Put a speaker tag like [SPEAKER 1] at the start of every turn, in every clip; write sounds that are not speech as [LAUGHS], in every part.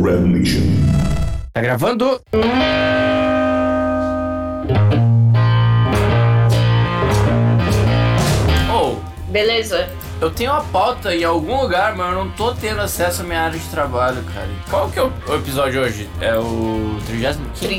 [SPEAKER 1] Revelation.
[SPEAKER 2] Tá gravando?
[SPEAKER 3] Ou,
[SPEAKER 4] Beleza.
[SPEAKER 3] eu tenho a pauta em algum lugar, mas eu não tô tendo acesso à minha área de trabalho, cara. Qual que é o o episódio hoje? É o né? 35?
[SPEAKER 5] né?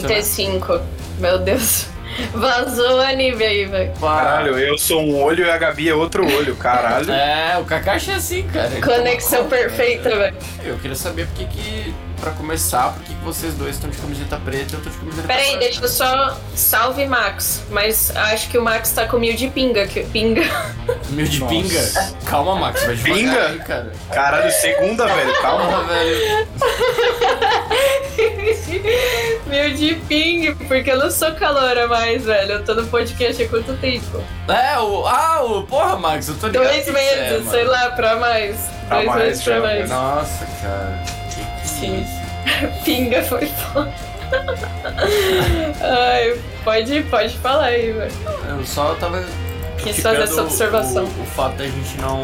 [SPEAKER 4] 35. Meu Deus. [LAUGHS] Vazou o anime aí, velho.
[SPEAKER 5] Caralho, eu sou um olho e a Gabi é outro olho, caralho.
[SPEAKER 3] É, o Kakashi é assim, cara. Ele
[SPEAKER 4] Conexão
[SPEAKER 3] toma conta,
[SPEAKER 4] perfeita, velho.
[SPEAKER 3] né? Eu queria saber por que que, pra começar, por que que vocês dois estão de camiseta preta e eu tô de camiseta
[SPEAKER 4] Pera aí,
[SPEAKER 3] preta.
[SPEAKER 4] deixa eu só. Salve, Max. Mas acho que o Max tá com mil de pinga. Que... Pinga. [LAUGHS]
[SPEAKER 3] Meu de
[SPEAKER 5] Nossa.
[SPEAKER 3] pinga? Calma, Max, vai devagar
[SPEAKER 5] Pinga?
[SPEAKER 3] aí, cara.
[SPEAKER 5] Caralho, segunda, velho, calma.
[SPEAKER 3] Porra, velho.
[SPEAKER 4] mil de pinga, porque eu não sou caloura mais, velho. Eu tô no podcast há quanto tempo?
[SPEAKER 3] É, o... Ah, o... Porra, Max, eu tô ligado.
[SPEAKER 4] Dois
[SPEAKER 3] que você é,
[SPEAKER 4] meses,
[SPEAKER 3] mano.
[SPEAKER 4] sei lá, pra mais.
[SPEAKER 5] Pra
[SPEAKER 4] Dois
[SPEAKER 5] mais,
[SPEAKER 4] meses pra
[SPEAKER 5] já,
[SPEAKER 4] mais.
[SPEAKER 3] Nossa, cara. Que que
[SPEAKER 4] Sim.
[SPEAKER 3] isso?
[SPEAKER 4] [LAUGHS] Pinga foi foda. [LAUGHS] Ai, pode, pode falar aí, velho.
[SPEAKER 3] Eu só tava.
[SPEAKER 4] Quis fazer
[SPEAKER 3] criticando
[SPEAKER 4] essa observação.
[SPEAKER 3] O, o fato da gente não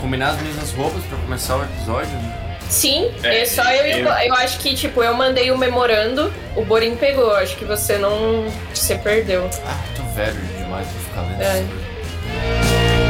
[SPEAKER 3] combinar as mesmas roupas pra começar o episódio. né?
[SPEAKER 4] Sim,
[SPEAKER 5] É,
[SPEAKER 4] é só eu,
[SPEAKER 5] eu-
[SPEAKER 4] eu. acho que, tipo, eu mandei o memorando, o Borim pegou. eu Acho que você não. Você perdeu.
[SPEAKER 3] Ah, tô velho demais pra ficar lendo
[SPEAKER 4] É.
[SPEAKER 3] essas coisas.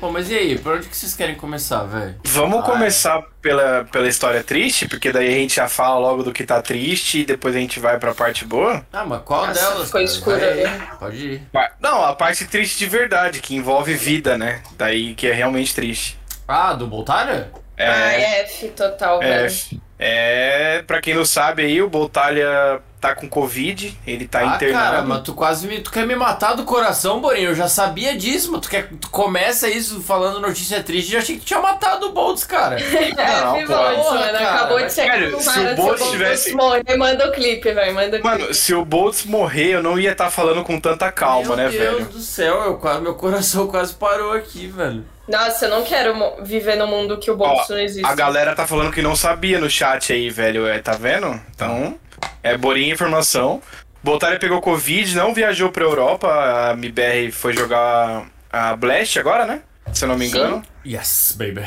[SPEAKER 3] Bom, mas e aí? Por onde que vocês querem começar, velho?
[SPEAKER 5] Vamos começar pela, pela história triste, porque daí a gente já fala logo do que tá triste e depois a gente vai pra parte boa.
[SPEAKER 3] Ah, mas qual
[SPEAKER 4] Nossa,
[SPEAKER 3] delas?
[SPEAKER 4] ficou
[SPEAKER 3] cara?
[SPEAKER 4] escuro
[SPEAKER 3] Vai aí.
[SPEAKER 4] ali.
[SPEAKER 3] Pode ir.
[SPEAKER 5] Pa- Não, a parte triste de verdade, que envolve vida, né? Daí que é realmente triste.
[SPEAKER 3] Ah, do Boltara?
[SPEAKER 4] Ah,
[SPEAKER 5] É,
[SPEAKER 4] é F total,
[SPEAKER 5] é,
[SPEAKER 4] velho.
[SPEAKER 5] é, pra quem não sabe aí, o Boltalha tá com Covid, ele tá
[SPEAKER 3] ah,
[SPEAKER 5] internado.
[SPEAKER 3] cara, mas tu quase me. Tu quer me matar do coração, Borinho? Eu já sabia disso, mas tu, quer, tu começa isso falando notícia triste. Eu achei que tu tinha matado o Boltz, cara.
[SPEAKER 5] não,
[SPEAKER 4] [LAUGHS] F
[SPEAKER 5] pô.
[SPEAKER 4] Volts,
[SPEAKER 3] Porra,
[SPEAKER 4] mano.
[SPEAKER 3] cara.
[SPEAKER 4] Acabou de ser
[SPEAKER 5] Velho,
[SPEAKER 4] com
[SPEAKER 5] se o
[SPEAKER 4] várias-
[SPEAKER 5] Bolts
[SPEAKER 4] Bolts
[SPEAKER 5] tivesse-
[SPEAKER 4] morrer, manda o clipe, velho. Manda o clipe.
[SPEAKER 5] Mano, se o Boltz morrer, eu não ia estar falando com tanta [LAUGHS] calma,
[SPEAKER 3] Meu
[SPEAKER 5] né,
[SPEAKER 3] Deus
[SPEAKER 5] velho?
[SPEAKER 3] do céu, eu quase- meu coração quase parou aqui, velho.
[SPEAKER 4] Nossa, eu não quero mo- viver num mundo que o Bolts
[SPEAKER 5] Ó,
[SPEAKER 4] não existe.
[SPEAKER 5] A galera tá falando que não sabia no chat aí, velho. É, tá vendo? Então, é borinha informação. Boltalha pegou Covid, não viajou pra Europa. A MBR foi jogar a Blast agora, né? Se eu não me
[SPEAKER 4] Sim.
[SPEAKER 5] engano.
[SPEAKER 3] Yes, baby.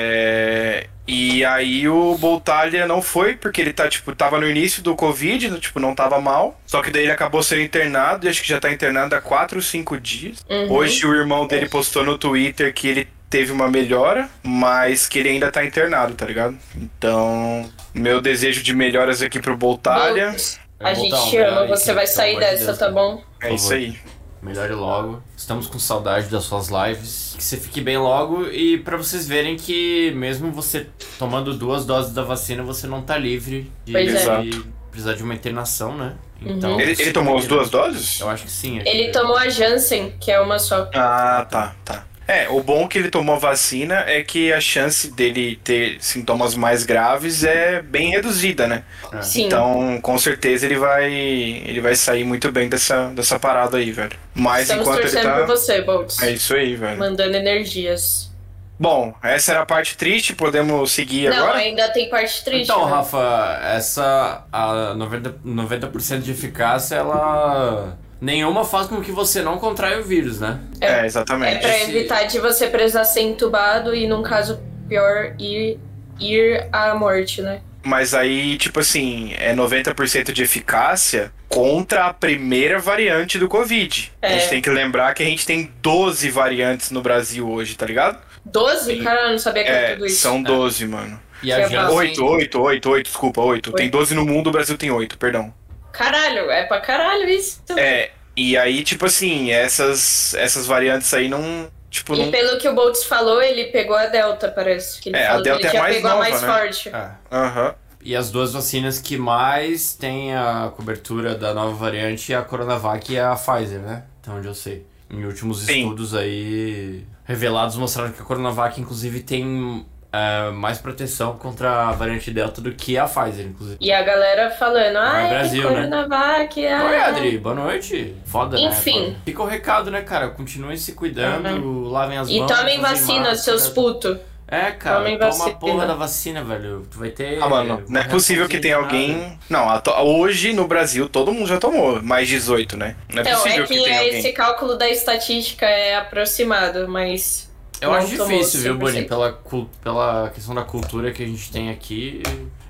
[SPEAKER 5] É, E aí o Boltalha não foi, porque ele tá, tipo, tava no início do Covid, no- tipo, não tava mal. Só que daí ele acabou sendo internado e acho que já tá internado há 4 ou 5 dias.
[SPEAKER 4] Uhum.
[SPEAKER 5] Hoje o irmão dele postou no Twitter que ele teve uma melhora, mas que ele ainda tá internado, tá ligado? Então, meu desejo de melhoras aqui pro Boltalha.
[SPEAKER 4] Bolts,
[SPEAKER 3] Eu
[SPEAKER 4] A
[SPEAKER 3] vou
[SPEAKER 4] gente
[SPEAKER 3] dar um
[SPEAKER 4] te ama,
[SPEAKER 3] grau
[SPEAKER 4] você
[SPEAKER 3] aqui,
[SPEAKER 4] vai
[SPEAKER 3] pelo
[SPEAKER 4] sair
[SPEAKER 3] amor de
[SPEAKER 4] dessa,
[SPEAKER 3] Deus,
[SPEAKER 4] tá
[SPEAKER 3] cara.
[SPEAKER 4] bom?
[SPEAKER 5] É isso aí.
[SPEAKER 3] Melhore logo. Estamos com saudade das suas lives. Que você fique bem logo e pra vocês verem que mesmo você tomando duas doses da vacina, você não tá livre de,
[SPEAKER 4] Pois Uhum.
[SPEAKER 5] é.
[SPEAKER 3] de precisar de uma internação, né? Então.
[SPEAKER 5] Ele, ele tomou as duas doses?
[SPEAKER 3] Eu acho que sim. acho
[SPEAKER 4] Ele
[SPEAKER 3] que-
[SPEAKER 4] tomou a Janssen, que é uma só.
[SPEAKER 5] Ah, tá, tá. É, o bom que ele tomou a vacina é que a chance dele ter sintomas mais graves é bem reduzida, né?
[SPEAKER 3] Ah.
[SPEAKER 4] Sim.
[SPEAKER 5] Então, com certeza ele vai ele vai sair muito bem dessa, dessa parada aí, velho. Mas
[SPEAKER 4] Estamos
[SPEAKER 5] enquanto ele
[SPEAKER 4] torcendo
[SPEAKER 5] tá
[SPEAKER 4] por você, Bolts.
[SPEAKER 5] É isso aí, velho.
[SPEAKER 4] Mandando energias.
[SPEAKER 5] Bom, essa era a parte triste, podemos seguir
[SPEAKER 4] não, é
[SPEAKER 5] agora?
[SPEAKER 4] ainda tem parte triste.
[SPEAKER 3] Então,
[SPEAKER 4] né?
[SPEAKER 3] Rafa, essa a 90%, 90 de eficácia, ela. Nenhuma faz com que você não contraia o vírus, né?
[SPEAKER 4] é-
[SPEAKER 5] É, exatamente.
[SPEAKER 4] É pra
[SPEAKER 3] Esse-
[SPEAKER 4] evitar de você precisar ser entubado e, num caso pior, ir, ir à morte, né?
[SPEAKER 5] Mas aí, tipo assim, é 90% de eficácia contra a primeira variante do Covid. A
[SPEAKER 4] É.
[SPEAKER 5] gente tem que lembrar que a gente tem 12 variantes no Brasil hoje, tá ligado?
[SPEAKER 4] 12?
[SPEAKER 5] Sim.
[SPEAKER 4] Cara, eu não sabia que era
[SPEAKER 5] É,
[SPEAKER 4] tudo isso.
[SPEAKER 5] são 12, mano.
[SPEAKER 3] E
[SPEAKER 4] Que
[SPEAKER 3] a
[SPEAKER 4] é
[SPEAKER 3] Janssen.
[SPEAKER 4] Assim-
[SPEAKER 5] 8, 8, 8, 8, desculpa, 8. Tem
[SPEAKER 4] Oito.
[SPEAKER 5] 12 no mundo, o Brasil tem 8, perdão.
[SPEAKER 4] Caralho, é pra caralho isso.
[SPEAKER 5] É, e aí, tipo assim, essas, essas variantes aí não. Tipo,
[SPEAKER 4] E
[SPEAKER 5] não.
[SPEAKER 4] pelo que o Boltz falou, ele pegou a Delta, parece. Que ele
[SPEAKER 5] É, a
[SPEAKER 4] falou que
[SPEAKER 5] Delta
[SPEAKER 4] ele
[SPEAKER 5] é
[SPEAKER 4] já
[SPEAKER 5] mais
[SPEAKER 4] pegou a
[SPEAKER 5] nova,
[SPEAKER 4] mais
[SPEAKER 5] né?
[SPEAKER 4] forte.
[SPEAKER 3] Ah,
[SPEAKER 5] Aham.
[SPEAKER 3] E as duas vacinas que mais tem a cobertura da nova variante é a Coronavac e a Pfizer, né? Até onde eu sei. Em últimos
[SPEAKER 5] Sim.
[SPEAKER 3] estudos aí revelados mostraram que a Coronavac, inclusive, tem eh, mais proteção contra a variante Delta do que a Pfizer, inclusive.
[SPEAKER 4] E a galera falando, ai,
[SPEAKER 3] Brasil, né?
[SPEAKER 4] Coronavac, né?
[SPEAKER 5] é
[SPEAKER 3] Oi, Adri, boa noite. Foda, né?
[SPEAKER 4] Enfim.
[SPEAKER 3] Foda. Fica o recado, né, cara? Continuem se cuidando, lavem as
[SPEAKER 4] E
[SPEAKER 3] mãos.
[SPEAKER 4] tomem
[SPEAKER 3] usem
[SPEAKER 4] vacina,
[SPEAKER 3] máscara.
[SPEAKER 4] seus putos.
[SPEAKER 3] É, cara,
[SPEAKER 4] Tomem
[SPEAKER 3] toma a
[SPEAKER 4] vacina.
[SPEAKER 3] porra da vacina, velho. Tu vai ter.
[SPEAKER 5] Ah, mano, não é possível que tenha
[SPEAKER 3] né?
[SPEAKER 5] alguém. Não, a to- hoje no Brasil todo mundo já tomou mais 18, né? Não é
[SPEAKER 4] Então,
[SPEAKER 5] possível
[SPEAKER 4] é
[SPEAKER 5] que
[SPEAKER 4] que
[SPEAKER 5] tenha
[SPEAKER 4] é
[SPEAKER 5] alguém.
[SPEAKER 4] esse cálculo da estatística é aproximado, mas.
[SPEAKER 3] Eu
[SPEAKER 4] Não
[SPEAKER 3] acho
[SPEAKER 4] tomou
[SPEAKER 3] difícil, viu,
[SPEAKER 4] 100%.
[SPEAKER 3] Boninho? Pela, cul- pela questão da cultura que a gente tem aqui,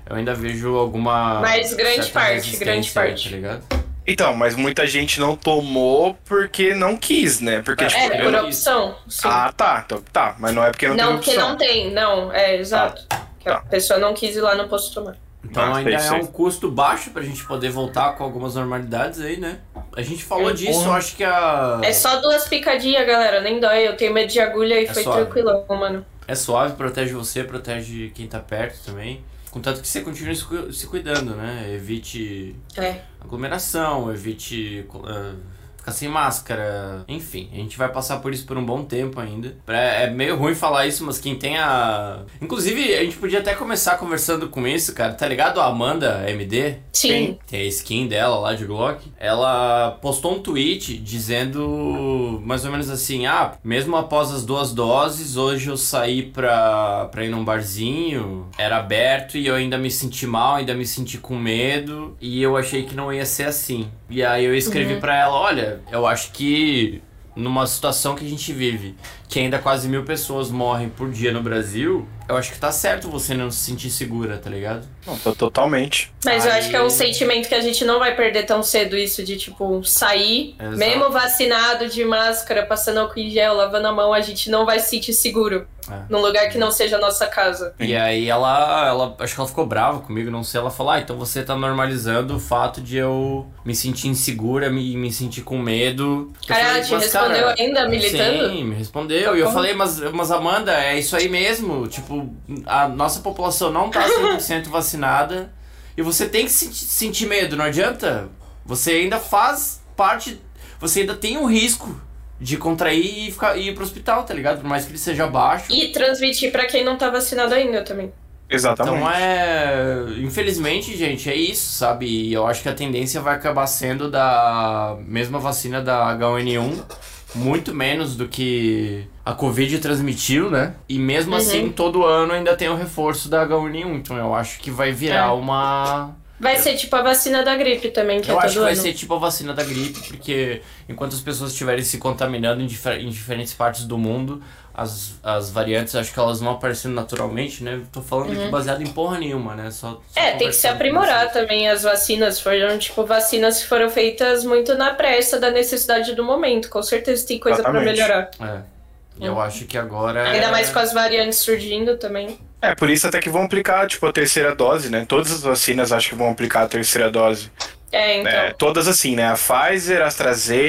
[SPEAKER 3] eu ainda vejo alguma.
[SPEAKER 4] Mas grande
[SPEAKER 3] certa
[SPEAKER 4] parte,
[SPEAKER 3] resistência,
[SPEAKER 4] grande parte.
[SPEAKER 3] Tá ligado?
[SPEAKER 5] Então, mas muita gente não tomou porque não quis, né? Porque,
[SPEAKER 3] É,
[SPEAKER 5] tipo,
[SPEAKER 4] É, por
[SPEAKER 5] eu-
[SPEAKER 4] opção. sim.
[SPEAKER 5] Ah, tá, então, tá. Mas não é porque não,
[SPEAKER 4] não,
[SPEAKER 5] teve
[SPEAKER 4] porque
[SPEAKER 5] opção.
[SPEAKER 4] não tem, não,
[SPEAKER 3] Tá.
[SPEAKER 4] é exato. Que a
[SPEAKER 5] tá.
[SPEAKER 4] pessoa não quis ir lá no posto tomar.
[SPEAKER 3] Então
[SPEAKER 5] Ah,
[SPEAKER 3] ainda
[SPEAKER 5] sei,
[SPEAKER 3] é
[SPEAKER 5] sei.
[SPEAKER 3] um custo baixo pra gente poder voltar com algumas normalidades aí, né? A gente falou
[SPEAKER 4] É,
[SPEAKER 3] disso,
[SPEAKER 5] porra.
[SPEAKER 3] eu acho que a.
[SPEAKER 4] É só duas picadinhas, galera, nem dói. Eu tenho medo de agulha e
[SPEAKER 3] É
[SPEAKER 4] foi
[SPEAKER 3] suave.
[SPEAKER 4] tranquilão, mano.
[SPEAKER 3] É suave, protege você, protege quem tá perto também. Contanto que você continue se cu- se cuidando, né? Evite
[SPEAKER 4] É.
[SPEAKER 3] aglomeração, evite co- ah, ficar sem máscara. Enfim, a gente vai passar por isso por um bom tempo ainda. Pra- É meio ruim falar isso, mas quem tem a. Inclusive, a gente podia até começar conversando com isso, cara. Tá ligado? A Amanda MD?
[SPEAKER 4] Sim.
[SPEAKER 3] Tem a skin dela lá de Glock. Ela postou um tweet dizendo mais ou menos assim: Ah, mesmo após as duas doses, hoje eu saí pra, pra ir num barzinho, era aberto e eu ainda me senti mal, ainda me senti com medo e eu achei que não ia ser assim. E aí eu escrevi
[SPEAKER 4] Uhum.
[SPEAKER 3] pra ela: Olha, eu acho que numa situação que a gente vive, que ainda quase mil pessoas morrem por dia no Brasil, eu acho que tá certo você não se sentir segura, tá ligado?
[SPEAKER 5] Não, tô totalmente.
[SPEAKER 4] Mas eu
[SPEAKER 3] Aí-
[SPEAKER 4] acho que é um sentimento que a gente não vai perder tão cedo isso de, tipo, sair,
[SPEAKER 3] Exato.
[SPEAKER 4] mesmo vacinado, de máscara, passando álcool em gel, lavando a mão, a gente não vai se sentir seguro
[SPEAKER 3] É.
[SPEAKER 4] num lugar que não seja a nossa casa.
[SPEAKER 3] E aí ela, ela, acho que ela ficou brava comigo, não sei, ela falou, ah, então você tá normalizando o fato de eu me sentir insegura, me, me sentir com medo. Eu
[SPEAKER 4] Cara, ela
[SPEAKER 3] falei,
[SPEAKER 4] te
[SPEAKER 3] "Mas, cara,
[SPEAKER 4] respondeu ainda, militando?
[SPEAKER 3] Sim, me respondeu. E eu
[SPEAKER 4] Como?
[SPEAKER 3] falei, mas, mas Amanda, é isso aí mesmo. Tipo, a nossa população não tá 100% vacinada. E você tem que se- sentir medo, não adianta. Você ainda faz parte. Você ainda tem o risco de contrair e, ficar, e ir pro hospital, tá ligado? Por mais que ele seja baixo.
[SPEAKER 4] E transmitir pra quem não tá vacinado ainda também.
[SPEAKER 5] Exatamente.
[SPEAKER 3] Então é. Infelizmente, gente, é isso, sabe? E eu acho que a tendência vai acabar sendo da mesma vacina da H1N1. Muito menos do que a Covid transmitiu, né? E mesmo
[SPEAKER 4] Uhum.
[SPEAKER 3] assim, todo ano ainda tem o reforço da H1N1. Então eu acho que vai virar
[SPEAKER 4] É.
[SPEAKER 3] uma.
[SPEAKER 4] Vai ser tipo a vacina da gripe também, que
[SPEAKER 3] Eu
[SPEAKER 4] é
[SPEAKER 3] acho que
[SPEAKER 4] todo
[SPEAKER 3] vai
[SPEAKER 4] ano.
[SPEAKER 3] ser tipo a vacina da gripe, porque enquanto as pessoas estiverem se contaminando em, difer- em diferentes partes do mundo, as, as variantes acho que elas vão aparecendo naturalmente, né? Tô falando aqui baseado em porra nenhuma, né? Só, só
[SPEAKER 4] Uhum. É, tem que se
[SPEAKER 3] conversando com
[SPEAKER 4] aprimorar
[SPEAKER 3] vocês.
[SPEAKER 4] também as vacinas. Foram, tipo, vacinas que foram feitas muito na pressa da necessidade do momento. Com certeza tem coisa pra
[SPEAKER 5] Exatamente.
[SPEAKER 4] melhorar.
[SPEAKER 3] É. E Eu acho que agora.
[SPEAKER 4] Uhum.
[SPEAKER 3] é-
[SPEAKER 4] Ainda mais com as variantes surgindo também.
[SPEAKER 5] É, por isso até que vão aplicar, tipo, a terceira dose, né? Todas as vacinas acho que vão aplicar a terceira dose.
[SPEAKER 4] É, então.
[SPEAKER 5] É, todas assim, né? A Pfizer, a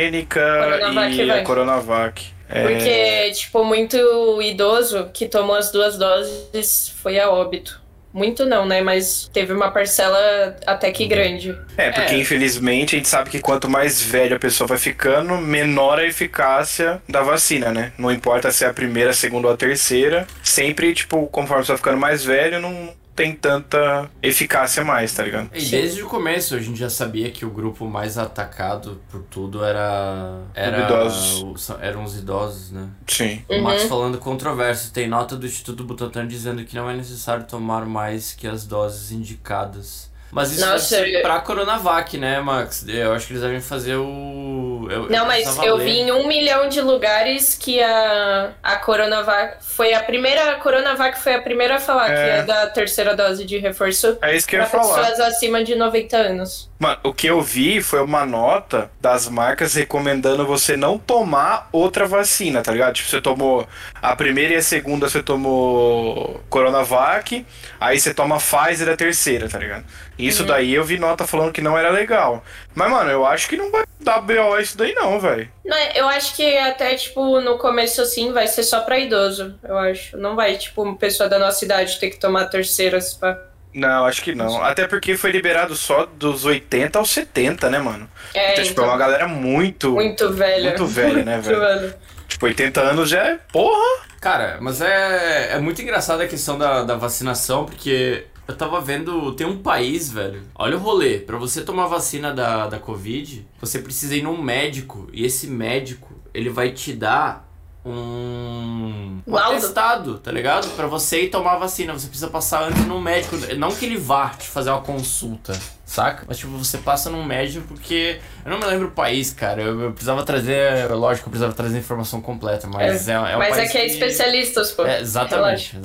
[SPEAKER 5] AstraZeneca
[SPEAKER 4] Coronavac
[SPEAKER 5] e
[SPEAKER 4] vai.
[SPEAKER 5] a Coronavac. É,
[SPEAKER 4] Porque, tipo, muito idoso que tomou as duas doses foi a óbito. Muito não, né? Mas teve uma parcela até que grande.
[SPEAKER 5] é, porque
[SPEAKER 3] É.
[SPEAKER 5] infelizmente a gente sabe que quanto mais velha a pessoa vai ficando, menor a eficácia da vacina, né? Não importa se é a primeira, a segunda ou a terceira. Sempre, tipo, conforme você vai ficando mais velho, não tem tanta eficácia mais, tá ligado?
[SPEAKER 3] E desde o começo a gente já sabia que o grupo mais atacado por tudo era. Era.
[SPEAKER 5] Idosos.
[SPEAKER 3] o- são- Eram os idosos, né?
[SPEAKER 5] Sim.
[SPEAKER 3] O Max
[SPEAKER 4] Uhum.
[SPEAKER 3] falando controverso. Tem nota do Instituto Butantan dizendo que não é necessário tomar mais que as doses indicadas. Mas isso
[SPEAKER 4] Nossa,
[SPEAKER 3] é
[SPEAKER 4] eu-
[SPEAKER 3] pra Coronavac, né, Max? Eu acho que eles devem fazer o. eu- eu
[SPEAKER 4] Não, mas
[SPEAKER 3] precisava
[SPEAKER 4] eu
[SPEAKER 3] ler.
[SPEAKER 4] vi em um milhão de lugares que a, a Coronavac foi a primeira. A Coronavac foi a primeira a falar que
[SPEAKER 5] É.
[SPEAKER 4] é da terceira dose de reforço
[SPEAKER 5] É isso que eu
[SPEAKER 4] para
[SPEAKER 5] ia falar.
[SPEAKER 4] pessoas acima de 90 anos.
[SPEAKER 5] Mano, o que eu vi foi uma nota das marcas recomendando você não tomar outra vacina, tá ligado? Tipo, você tomou a primeira e a segunda, você tomou Coronavac, aí você toma Pfizer a terceira, tá ligado? Isso
[SPEAKER 4] Uhum.
[SPEAKER 5] daí eu vi nota falando que não era legal. Mas, mano, eu acho que não vai dar BO isso daí não, velho.
[SPEAKER 4] Não, eu acho que até, tipo, no começo, assim, vai ser só pra idoso, eu acho. Não vai, tipo, uma pessoa da nossa idade ter que tomar terceiras pra...
[SPEAKER 5] Não, acho que não. Até porque foi liberado só dos 80 aos 70, né, mano?
[SPEAKER 4] É,
[SPEAKER 5] então, tipo, é
[SPEAKER 4] então,
[SPEAKER 5] uma galera muito, muito,
[SPEAKER 4] muito velha.
[SPEAKER 5] velha, né,
[SPEAKER 4] [LAUGHS] Muito
[SPEAKER 5] velho?
[SPEAKER 4] velha.
[SPEAKER 5] Tipo, 80 anos já é porra.
[SPEAKER 3] Cara, mas é, é muito engraçada a questão da, da vacinação, porque eu tava vendo. Tem um país, velho. Olha o rolê. Pra você tomar vacina da, da Covid, você precisa ir num médico. E esse médico, ele vai te dar um, um
[SPEAKER 4] Laudo.
[SPEAKER 3] atestado, tá ligado? Pra você ir tomar a vacina. Você precisa passar antes num médico. Não que ele vá te fazer uma consulta, saca? Mas tipo, você passa num médico porque. Eu não me lembro o país, cara. Eu, eu precisava trazer. é Lógico, eu precisava trazer a informação completa, mas é, é, um
[SPEAKER 4] Mas é
[SPEAKER 3] país
[SPEAKER 4] que é especialistas, pô.
[SPEAKER 3] é, exatamente.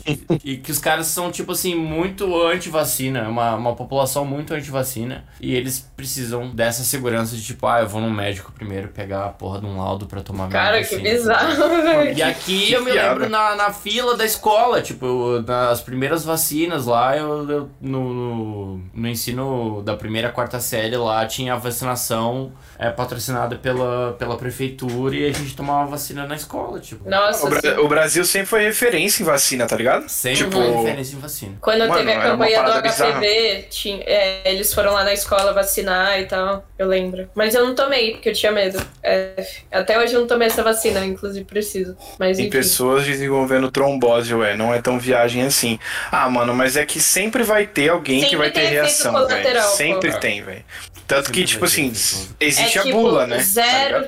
[SPEAKER 3] E que os caras são, tipo assim, muito anti-vacina. é Uma, uma população muito anti-vacina. E eles precisam dessa segurança de, tipo, ah, eu vou no médico primeiro pegar a porra de um laudo pra tomar minha
[SPEAKER 4] Cara, que
[SPEAKER 3] vacina. [LAUGHS]
[SPEAKER 4] bizarro, velho.
[SPEAKER 3] E aqui eu me lembro na, na fila da escola, tipo, eu- nas primeiras vacinas lá, eu, eu- no, no, no ensino da primeira à quarta série lá tinha a vacinação é, patrocinada pela, pela prefeitura e a gente tomava vacina na escola, tipo.
[SPEAKER 4] Nossa, assim,
[SPEAKER 5] O, Bra- o Brasil sempre foi referência em vacina, tá ligado?
[SPEAKER 3] Sempre
[SPEAKER 5] Tipo-
[SPEAKER 3] foi referência em vacina.
[SPEAKER 4] Quando
[SPEAKER 5] Mano,
[SPEAKER 4] teve a
[SPEAKER 5] era uma
[SPEAKER 4] campanha do
[SPEAKER 5] parada
[SPEAKER 4] HPV, tinha, é, eles foram lá na escola vacinar e tal, eu lembro. Mas eu não tomei, porque eu tinha medo. É, até hoje eu não tomei essa vacina, inclusive preciso. Mas
[SPEAKER 5] Tem
[SPEAKER 4] enfim.
[SPEAKER 5] pessoas desenvolvendo trombose, ué. Não é tão viagem assim. Ah, mano, mas é que sempre vai ter alguém que
[SPEAKER 4] Sempre
[SPEAKER 5] vai ter
[SPEAKER 4] tem efeito
[SPEAKER 5] reação, velho.
[SPEAKER 4] colateral,
[SPEAKER 5] Sempre
[SPEAKER 3] pô.
[SPEAKER 5] tem, velho. Tanto
[SPEAKER 3] É. Sempre
[SPEAKER 5] que, tipo
[SPEAKER 3] vai ter
[SPEAKER 5] assim,
[SPEAKER 3] efeito
[SPEAKER 4] É
[SPEAKER 5] existe
[SPEAKER 4] tipo
[SPEAKER 5] a bula, né? Tá ligado?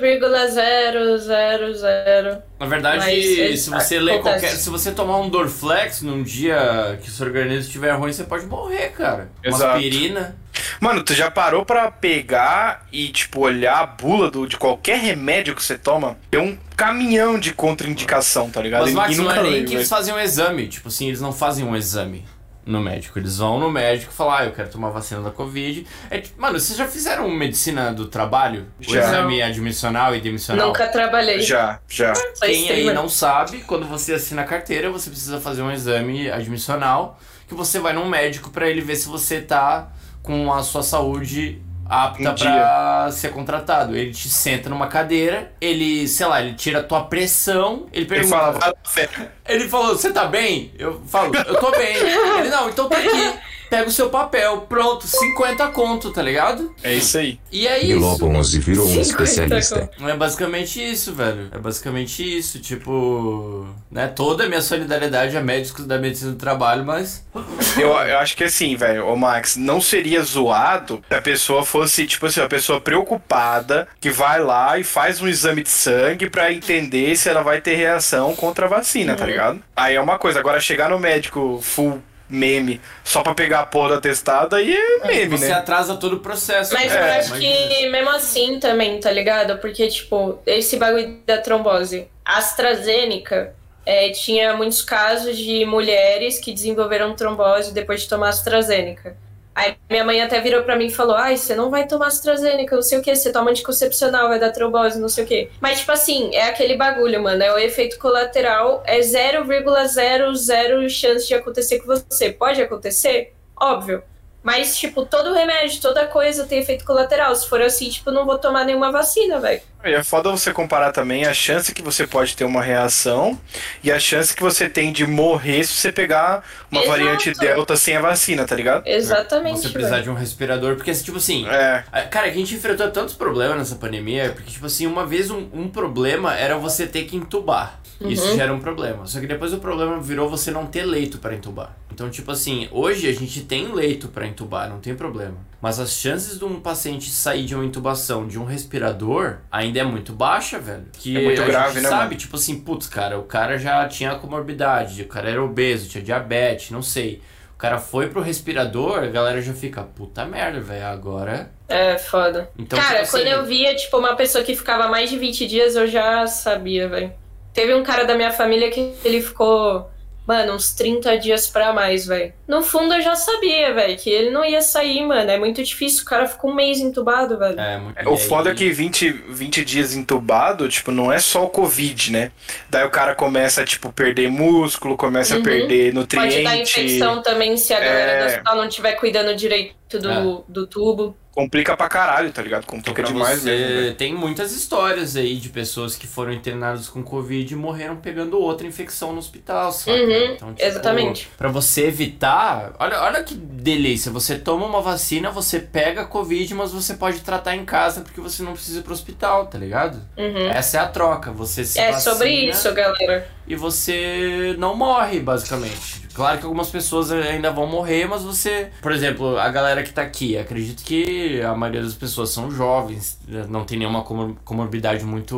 [SPEAKER 4] 0,0000.
[SPEAKER 3] Na verdade,
[SPEAKER 4] Mas,
[SPEAKER 3] se
[SPEAKER 4] é,
[SPEAKER 3] você ler
[SPEAKER 4] acontece.
[SPEAKER 3] qualquer. Se você tomar um Dorflex num dia que seu organismo estiver ruim, você pode morrer, cara. Uma
[SPEAKER 5] Exato.
[SPEAKER 3] aspirina.
[SPEAKER 5] Mano, tu já parou pra pegar e, tipo, olhar a bula do, de qualquer remédio que você toma? Tem um caminhão de contraindicação, tá ligado?
[SPEAKER 3] Mas,
[SPEAKER 5] E
[SPEAKER 3] Max,
[SPEAKER 5] ninguém
[SPEAKER 3] não
[SPEAKER 5] nunca lê,
[SPEAKER 3] é nem que
[SPEAKER 5] velho.
[SPEAKER 3] eles fazem um exame. Tipo assim, eles não fazem um exame no médico. Eles vão no médico e falam, ah, eu quero tomar vacina da Covid. É, tipo, mano, vocês já fizeram medicina do trabalho? O
[SPEAKER 5] Já.
[SPEAKER 3] exame admissional e demissional?
[SPEAKER 4] Nunca trabalhei.
[SPEAKER 5] Já, já.
[SPEAKER 4] Sou
[SPEAKER 3] Quem aí
[SPEAKER 4] streamer.
[SPEAKER 3] não sabe, quando você assina a carteira, você precisa fazer um exame admissional que você vai num médico pra ele ver se você tá com a sua saúde apta
[SPEAKER 5] Em
[SPEAKER 3] pra ser contratado. Ele te senta numa cadeira, ele, sei lá, ele tira a tua pressão, ele
[SPEAKER 5] Ele
[SPEAKER 3] pergunta.
[SPEAKER 5] fala, vai lá, velho.
[SPEAKER 3] Ele falou, você tá bem? Eu falo, eu tô bem. ele, não, então tá aqui. Pega o seu papel, pronto, 50 conto, tá ligado?
[SPEAKER 5] É isso aí.
[SPEAKER 3] E é isso.
[SPEAKER 1] Bilobo 11 virou
[SPEAKER 4] 50
[SPEAKER 1] um especialista.
[SPEAKER 3] É basicamente isso, velho. É basicamente isso. Tipo, né? Toda a minha solidariedade a médicos da medicina do trabalho, mas.
[SPEAKER 5] Eu, eu acho que assim, velho, ô Max, não seria zoado se a pessoa fosse, tipo assim, uma pessoa preocupada que vai lá e faz um exame de sangue pra entender se ela vai ter reação contra a vacina, tá ligado? Aí é uma coisa, agora chegar no médico full meme só pra pegar a porra da testada aí é meme,
[SPEAKER 3] Você
[SPEAKER 5] né?
[SPEAKER 3] atrasa todo o processo.
[SPEAKER 4] Mas
[SPEAKER 3] cara.
[SPEAKER 4] eu acho
[SPEAKER 3] Imagina.
[SPEAKER 4] que mesmo assim também, tá ligado? Porque, tipo, esse bagulho da trombose. A AstraZeneca é, tinha muitos casos de mulheres que desenvolveram trombose depois de tomar AstraZeneca. Aí minha mãe até virou pra mim e falou: Ai, você não vai tomar AstraZeneca, não sei o que, você toma anticoncepcional, vai dar trombose, não sei o que. Mas, tipo assim, é aquele bagulho, mano. É o efeito colateral, é 0,00 chance de acontecer com você. Pode acontecer? Óbvio. Mas, tipo, todo remédio, toda coisa tem efeito colateral. Se for assim, tipo, não vou tomar nenhuma vacina, velho.
[SPEAKER 5] E é foda você comparar também a chance que você pode ter uma reação e a chance que você tem de morrer se você pegar uma
[SPEAKER 4] Exato.
[SPEAKER 5] variante delta sem a vacina, tá ligado?
[SPEAKER 4] Exatamente.
[SPEAKER 3] É, Você precisar
[SPEAKER 4] velho.
[SPEAKER 3] de um respirador, porque tipo assim.
[SPEAKER 5] É.
[SPEAKER 3] Ah, Cara, a gente enfrentou tantos problemas nessa pandemia, porque, tipo assim, uma vez um, um problema era você ter que entubar. Isso já era um problema. Só que depois o problema virou você não ter leito pra entubar. Então, tipo assim, hoje a gente tem leito pra entubar, não tem problema. Mas as chances de um paciente sair de uma intubação de um respirador ainda é muito baixa, velho. Que
[SPEAKER 5] É muito
[SPEAKER 3] a
[SPEAKER 5] grave,
[SPEAKER 3] gente
[SPEAKER 5] né,
[SPEAKER 3] sabe,
[SPEAKER 5] mano?
[SPEAKER 3] tipo assim, putz, cara, o cara já tinha comorbidade, o cara era obeso, tinha diabetes, não sei. O cara foi pro respirador, a galera já fica, puta merda, velho, agora
[SPEAKER 4] É, foda.
[SPEAKER 3] então,
[SPEAKER 4] cara,
[SPEAKER 3] tipo assim,
[SPEAKER 4] quando eu via, tipo, uma pessoa que ficava mais de 20 dias, eu já sabia, velho. Teve um cara da minha família que ele ficou, mano, uns 30 dias pra mais, velho. No fundo, eu já sabia, velho, que ele não ia sair, mano. É muito difícil. O cara ficou um mês entubado, velho.
[SPEAKER 3] É, muito-
[SPEAKER 5] O
[SPEAKER 3] e aí-
[SPEAKER 5] foda é que 20, 20 dias entubado, tipo, não é só o Covid, né? Daí o cara começa, tipo, perder músculo, começa
[SPEAKER 4] Uhum.
[SPEAKER 5] a perder
[SPEAKER 4] Pode dar
[SPEAKER 5] nutriente,
[SPEAKER 4] infecção também se a galera
[SPEAKER 5] É.
[SPEAKER 4] do hospital não estiver cuidando direito do,
[SPEAKER 3] É.
[SPEAKER 4] do tubo.
[SPEAKER 5] complica pra caralho, tá ligado?
[SPEAKER 3] Então,
[SPEAKER 5] Complica
[SPEAKER 3] pra
[SPEAKER 5] demais
[SPEAKER 3] você-
[SPEAKER 5] mesmo. velho.
[SPEAKER 3] Tem muitas histórias aí de pessoas que foram internadas com Covid e morreram pegando outra infecção no hospital, sabe?
[SPEAKER 4] Uhum,
[SPEAKER 3] então, tipo,
[SPEAKER 4] exatamente.
[SPEAKER 3] Pra você evitar. Olha, olha que delícia. Você toma uma vacina, você pega a Covid, mas você pode tratar em casa porque você não precisa ir pro hospital, tá ligado?
[SPEAKER 4] Uhum.
[SPEAKER 3] Essa é a troca. Você se
[SPEAKER 4] É
[SPEAKER 3] vacina,
[SPEAKER 4] sobre isso, galera.
[SPEAKER 3] e você não morre, basicamente. Claro que algumas pessoas ainda vão morrer, mas você. Por exemplo, a galera que tá aqui, acredito que a maioria das pessoas são jovens, né? não tem nenhuma comor- comorbidade muito,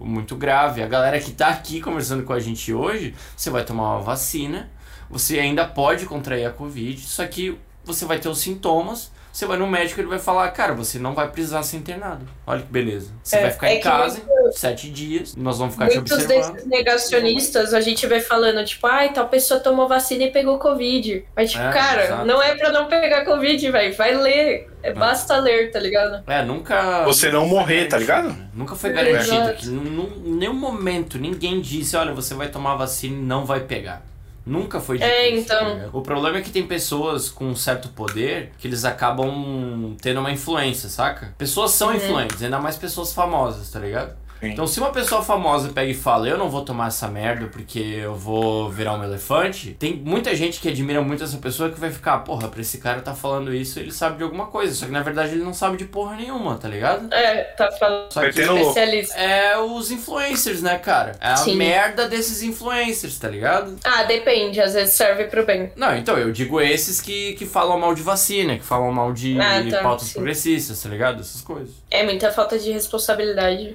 [SPEAKER 3] muito grave. A galera que tá aqui conversando com a gente hoje, você vai tomar uma vacina, você ainda pode contrair a Covid, só que você vai ter os sintomas. Você vai no médico e ele vai falar, cara, você não vai precisar ser internado. Olha que beleza. Você
[SPEAKER 4] É,
[SPEAKER 3] vai ficar
[SPEAKER 4] é
[SPEAKER 3] em
[SPEAKER 4] que
[SPEAKER 3] casa sete dias, nós vamos ficar te
[SPEAKER 4] Muitos
[SPEAKER 3] observando.
[SPEAKER 4] desses negacionistas a gente vê falando, tipo, ai, tal pessoa tomou vacina e pegou Covid. Mas, tipo,
[SPEAKER 3] É,
[SPEAKER 4] cara,
[SPEAKER 3] exato.
[SPEAKER 4] não é pra não pegar Covid, velho. Vai ler. É, Basta ler, tá ligado?
[SPEAKER 3] É, nunca.
[SPEAKER 5] Você não morrer, tá ligado?
[SPEAKER 3] Nunca foi
[SPEAKER 4] É,
[SPEAKER 3] garantido.
[SPEAKER 4] exato.
[SPEAKER 3] que nu- nu- Em nenhum momento ninguém disse, olha, você vai tomar a vacina e não vai pegar. Nunca foi dito.
[SPEAKER 4] É,
[SPEAKER 3] isso, tá
[SPEAKER 4] então.
[SPEAKER 3] ligado? o problema é que tem pessoas com um certo poder que eles acabam tendo uma influência, saca? Pessoas
[SPEAKER 4] Uhum.
[SPEAKER 3] são influentes, ainda mais pessoas famosas, tá ligado?
[SPEAKER 5] Sim.
[SPEAKER 3] Então, se uma pessoa famosa pega e fala, eu não vou tomar essa merda porque eu vou virar um elefante, tem muita gente que admira muito essa pessoa que vai ficar, porra, pra esse cara tá falando isso, ele sabe de alguma coisa. Só que na verdade ele não sabe de porra nenhuma, tá ligado?
[SPEAKER 4] É, tá falando
[SPEAKER 3] Só que
[SPEAKER 5] Metendo louco.
[SPEAKER 4] especialista.
[SPEAKER 3] é os influencers, né, cara? É a
[SPEAKER 4] Sim.
[SPEAKER 3] merda desses influencers, tá ligado?
[SPEAKER 4] Ah, depende, às vezes serve pro bem.
[SPEAKER 3] Não, então, eu digo esses que, que falam mal de vacina, que falam mal de
[SPEAKER 4] Ah, tá,
[SPEAKER 3] pautas
[SPEAKER 4] sim.
[SPEAKER 3] progressistas, tá ligado? Essas coisas.
[SPEAKER 4] É muita falta de responsabilidade.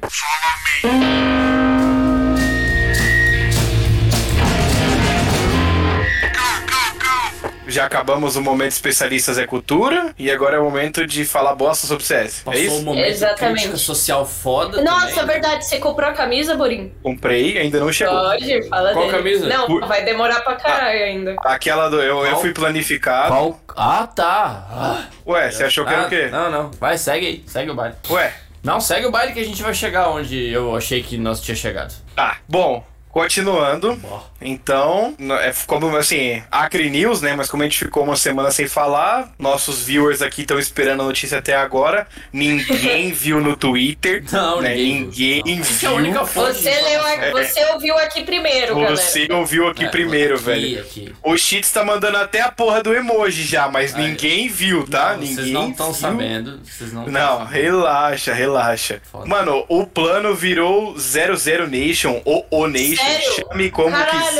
[SPEAKER 5] Já acabamos o momento especialistas é cultura e agora é o momento de falar bosta sobre CS.
[SPEAKER 3] Passou
[SPEAKER 5] é
[SPEAKER 3] um
[SPEAKER 5] isso?
[SPEAKER 3] momento de
[SPEAKER 4] Exatamente.
[SPEAKER 3] crítica social foda
[SPEAKER 4] Nossa, é
[SPEAKER 3] também. né?
[SPEAKER 4] verdade, você comprou a camisa, Borim?
[SPEAKER 5] Comprei, ainda não chegou.
[SPEAKER 4] Pode, fala
[SPEAKER 3] Qual
[SPEAKER 4] dele.
[SPEAKER 3] camisa?
[SPEAKER 4] Não,
[SPEAKER 5] Por- Ah.
[SPEAKER 4] vai demorar pra caralho ainda.
[SPEAKER 5] Aquela do eu, eu
[SPEAKER 3] Qual?
[SPEAKER 5] fui planificado.
[SPEAKER 3] Qual- Ah, tá. Ah,
[SPEAKER 5] Ué, você achou que era o quê?
[SPEAKER 3] Não, não. Vai, segue aí. Segue o baile.
[SPEAKER 5] Ué,
[SPEAKER 3] Não, segue o baile que a gente vai chegar onde eu achei que nós tinha chegado.
[SPEAKER 5] tá. Bom, continuando.
[SPEAKER 3] Bom.
[SPEAKER 5] Então, no- é como assim, Acre News, né? Mas como a gente ficou uma semana sem falar, nossos viewers aqui estão esperando a notícia até agora.
[SPEAKER 4] [LAUGHS]
[SPEAKER 5] Ninguém viu no Twitter.
[SPEAKER 3] Não,
[SPEAKER 5] né?
[SPEAKER 3] ninguém viu.
[SPEAKER 5] Ninguém
[SPEAKER 3] Não. Essa é a
[SPEAKER 5] viu.
[SPEAKER 3] única fonte
[SPEAKER 4] Você,
[SPEAKER 3] de
[SPEAKER 4] leu a-
[SPEAKER 3] informação.
[SPEAKER 4] você ouviu aqui primeiro, galera.
[SPEAKER 5] É. Você ouviu aqui
[SPEAKER 3] É,
[SPEAKER 5] primeiro,
[SPEAKER 3] aqui,
[SPEAKER 5] velho.
[SPEAKER 3] Aqui.
[SPEAKER 5] O Cheats tá mandando até a porra do emoji já, mas
[SPEAKER 3] Aí.
[SPEAKER 5] ninguém viu, tá?
[SPEAKER 3] Não,
[SPEAKER 5] ninguém
[SPEAKER 3] Vocês não estão
[SPEAKER 5] viu.
[SPEAKER 3] sabendo. Vocês não. tão
[SPEAKER 5] Não,
[SPEAKER 3] sabendo.
[SPEAKER 5] relaxa, relaxa.
[SPEAKER 3] Foda.
[SPEAKER 5] Mano, o plano virou 00 Nation ou O Nation,
[SPEAKER 4] Sério?
[SPEAKER 5] chame como
[SPEAKER 4] Caralho.
[SPEAKER 5] quiser.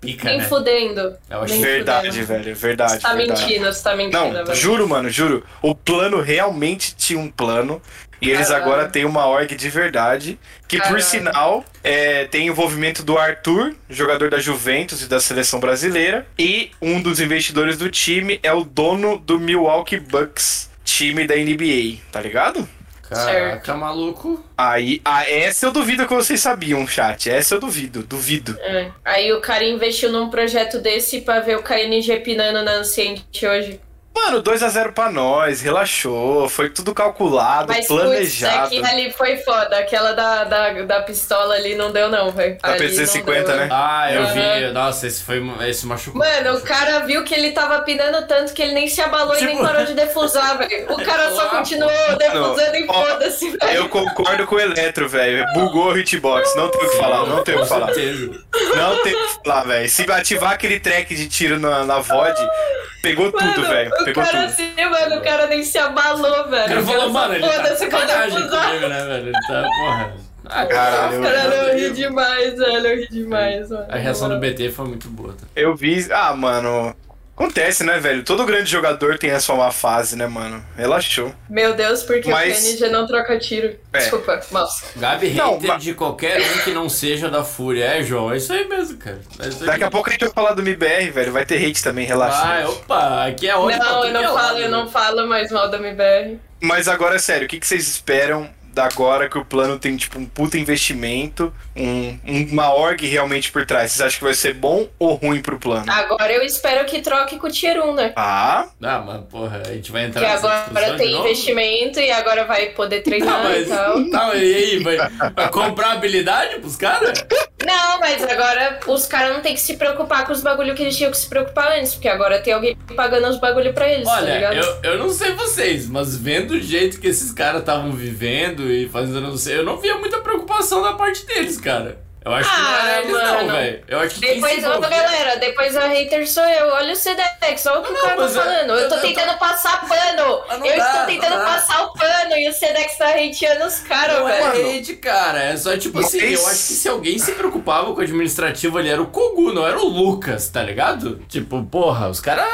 [SPEAKER 3] Pica,
[SPEAKER 4] Nem
[SPEAKER 3] né?
[SPEAKER 4] fudendo.
[SPEAKER 3] Eu acho
[SPEAKER 4] Nem
[SPEAKER 5] Verdade,
[SPEAKER 4] fudendo.
[SPEAKER 5] velho, verdade.
[SPEAKER 4] Você tá
[SPEAKER 5] verdade.
[SPEAKER 4] mentindo, você tá mentindo.
[SPEAKER 5] Não,
[SPEAKER 4] velho.
[SPEAKER 5] juro, mano, juro. O plano realmente tinha um plano. E eles
[SPEAKER 4] Caralho.
[SPEAKER 5] agora têm uma org de verdade. Que, por
[SPEAKER 4] Caralho.
[SPEAKER 5] sinal, é, tem envolvimento do Arthur, jogador da Juventus e da seleção brasileira. E um dos investidores do time é o dono do Milwaukee Bucks, time da NBA, tá ligado?
[SPEAKER 3] Caraca, maluco.
[SPEAKER 5] Aí, ah, essa eu duvido que vocês sabiam, chat. Essa eu duvido, duvido.
[SPEAKER 4] É. Aí o cara investiu num projeto desse pra ver o KNG pinando na Anciente hoje.
[SPEAKER 5] Mano, 2 a 0 pra nós, relaxou, foi tudo calculado,
[SPEAKER 4] Mas putz, é
[SPEAKER 5] planejado.
[SPEAKER 4] aquilo ali foi foda. Aquela da, da, da pistola ali não deu, não, velho.
[SPEAKER 5] Da
[SPEAKER 4] Ali
[SPEAKER 5] PC-50,
[SPEAKER 4] não deu.
[SPEAKER 5] né?
[SPEAKER 3] Ah, eu vi.
[SPEAKER 4] Aham.
[SPEAKER 3] Nossa, esse foi. Esse machucou.
[SPEAKER 4] Mano, o cara viu que ele tava pinando tanto que ele nem se abalou e
[SPEAKER 3] Tipo-
[SPEAKER 4] nem parou de defusar, velho. O cara só
[SPEAKER 3] Ah,
[SPEAKER 4] continuou defusando e
[SPEAKER 5] Ó,
[SPEAKER 4] foda-se, velho.
[SPEAKER 5] Eu concordo com o Eletro, velho. Bugou o hitbox. Não tem o que falar, não tem o
[SPEAKER 3] Com
[SPEAKER 5] que falar.
[SPEAKER 3] certeza.
[SPEAKER 5] Não tem o que falar, velho. Se ativar aquele track de tiro na, na VOD, pegou tudo, velho.
[SPEAKER 4] o
[SPEAKER 5] Pegou
[SPEAKER 4] cara
[SPEAKER 5] tudo.
[SPEAKER 4] assim, mano, o cara nem se
[SPEAKER 3] O cara
[SPEAKER 4] abalou, velho. O cara
[SPEAKER 3] falou,
[SPEAKER 4] só,
[SPEAKER 3] mano, ele tá
[SPEAKER 4] foda-se,
[SPEAKER 3] de
[SPEAKER 4] eu quero
[SPEAKER 3] sacanagem
[SPEAKER 4] abusar.
[SPEAKER 3] comigo, né, velho? Ele tá, porra. Ah,
[SPEAKER 5] Caralho.
[SPEAKER 4] Cara, eu ri demais, velho. Eu ri demais, mano.
[SPEAKER 3] A reação do BT foi muito boa. Tá?
[SPEAKER 5] Eu vi. Ah, mano. Acontece, né, velho? Todo grande jogador tem a sua má fase, né, mano? Relaxou.
[SPEAKER 4] Meu Deus, porque
[SPEAKER 5] Mas-
[SPEAKER 4] o PNG não troca tiro.
[SPEAKER 5] É.
[SPEAKER 4] Desculpa, mouse.
[SPEAKER 3] Gabi
[SPEAKER 5] Não,
[SPEAKER 3] hater
[SPEAKER 5] mas-
[SPEAKER 3] de qualquer um que não seja da Fúria. É, João, é isso aí mesmo, cara. É isso aí
[SPEAKER 5] Daqui a
[SPEAKER 3] mesmo.
[SPEAKER 5] pouco a gente vai falar do MBR, velho. Vai ter hate também, relaxa.
[SPEAKER 3] Vai, opa, aqui é ótimo.
[SPEAKER 4] Não, eu não falo, eu não falo mais mal da MBR.
[SPEAKER 5] Mas agora, sério, o que, que vocês esperam da agora que o plano tem, tipo, um puta investimento, um, uma org realmente por trás? Vocês acham que vai ser bom ou ruim pro plano?
[SPEAKER 4] Agora eu espero que troque com o Tier 1, né?
[SPEAKER 5] Ah,
[SPEAKER 3] Ah, mas porra, a gente vai entrar
[SPEAKER 4] Que
[SPEAKER 3] nessa discussão
[SPEAKER 4] agora
[SPEAKER 3] de
[SPEAKER 4] tem
[SPEAKER 3] novo?
[SPEAKER 4] investimento então. e agora vai poder
[SPEAKER 3] [LAUGHS] Tá,
[SPEAKER 4] treinar e
[SPEAKER 3] mas,
[SPEAKER 4] tal.
[SPEAKER 3] tá, mas e aí, vai, vai comprar habilidade pros caras?
[SPEAKER 4] Não, mas agora os caras não tem que se preocupar com os bagulho que eles tinham que se preocupar antes, porque agora tem alguém pagando os bagulho pra eles, tá
[SPEAKER 3] Olha,
[SPEAKER 4] ligado?
[SPEAKER 3] eu, eu não sei vocês, mas vendo o jeito que esses caras estavam vivendo e fazendo, eu não sei, eu não via muita preocupação da parte deles, cara. Eu acho que não
[SPEAKER 4] Ah,
[SPEAKER 3] era eles não,
[SPEAKER 4] mano.
[SPEAKER 3] velho. Eu acho que quem se
[SPEAKER 4] Depois, ô
[SPEAKER 3] envolveu-
[SPEAKER 4] galera, depois a hater sou eu. Olha o Sedex, olha o que
[SPEAKER 3] Não,
[SPEAKER 4] o cara tá
[SPEAKER 3] mas é-
[SPEAKER 4] falando. Eu tô
[SPEAKER 3] eu tô-
[SPEAKER 4] tentando passar pano.
[SPEAKER 3] Mas não
[SPEAKER 4] Eu
[SPEAKER 3] dá,
[SPEAKER 4] estou
[SPEAKER 3] não
[SPEAKER 4] tentando
[SPEAKER 3] dá.
[SPEAKER 4] passar o pano e o Sedex tá hateando os caras,
[SPEAKER 3] Não
[SPEAKER 4] velho.
[SPEAKER 3] é
[SPEAKER 5] Mano.
[SPEAKER 3] rede, cara. É só tipo assim,
[SPEAKER 5] Mas-
[SPEAKER 3] eu acho que se alguém se preocupava com o administrativo ali era o Kogu, não era o Lucas, tá ligado? Tipo, porra, os caras.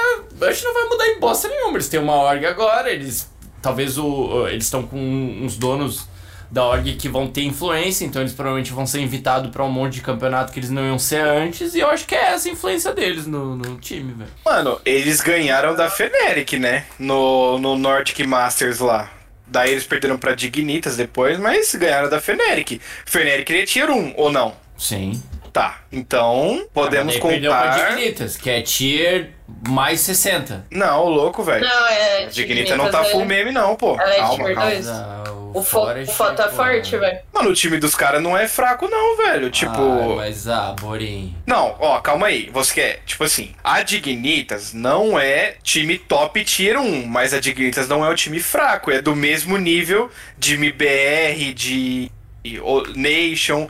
[SPEAKER 3] Eu acho que não vai mudar em bosta nenhuma. Eles têm uma org agora, eles. Talvez o. Eles estão com uns donos da org que vão ter influência, então eles provavelmente vão ser invitados pra um monte de campeonato que eles não iam ser antes, e eu acho que é essa a influência deles no, no time, velho.
[SPEAKER 5] Mano, eles ganharam da Feneric, né? No, no Nordic Masters lá. Daí eles perderam pra Dignitas depois, mas ganharam da Feneric. Feneric ele é tier 1, ou não?
[SPEAKER 3] Sim.
[SPEAKER 5] Tá, então podemos
[SPEAKER 3] Daí Ah, Perdeu pra
[SPEAKER 5] contar...
[SPEAKER 3] Dignitas, que é tier mais 60.
[SPEAKER 5] Não, o louco, velho.
[SPEAKER 4] Não, é.
[SPEAKER 5] Dignita não tá
[SPEAKER 4] Dignitas,
[SPEAKER 5] full
[SPEAKER 4] né?
[SPEAKER 5] meme não, pô.
[SPEAKER 4] Ela é
[SPEAKER 5] Calma,
[SPEAKER 4] tier
[SPEAKER 5] calma.
[SPEAKER 4] dois.
[SPEAKER 3] Ah,
[SPEAKER 4] O, fo o
[SPEAKER 3] Forest,
[SPEAKER 4] foto é
[SPEAKER 3] pô,
[SPEAKER 4] forte, velho.
[SPEAKER 5] Mano, o time dos caras não é fraco não, velho. Tipo...
[SPEAKER 3] Ah, mas ah, Borim.
[SPEAKER 5] Não, ó, calma aí. Você quer, tipo assim, a Dignitas não é time top tier 1, mas a Dignitas não é um time fraco, é do mesmo nível de MBR, de e o- Nation,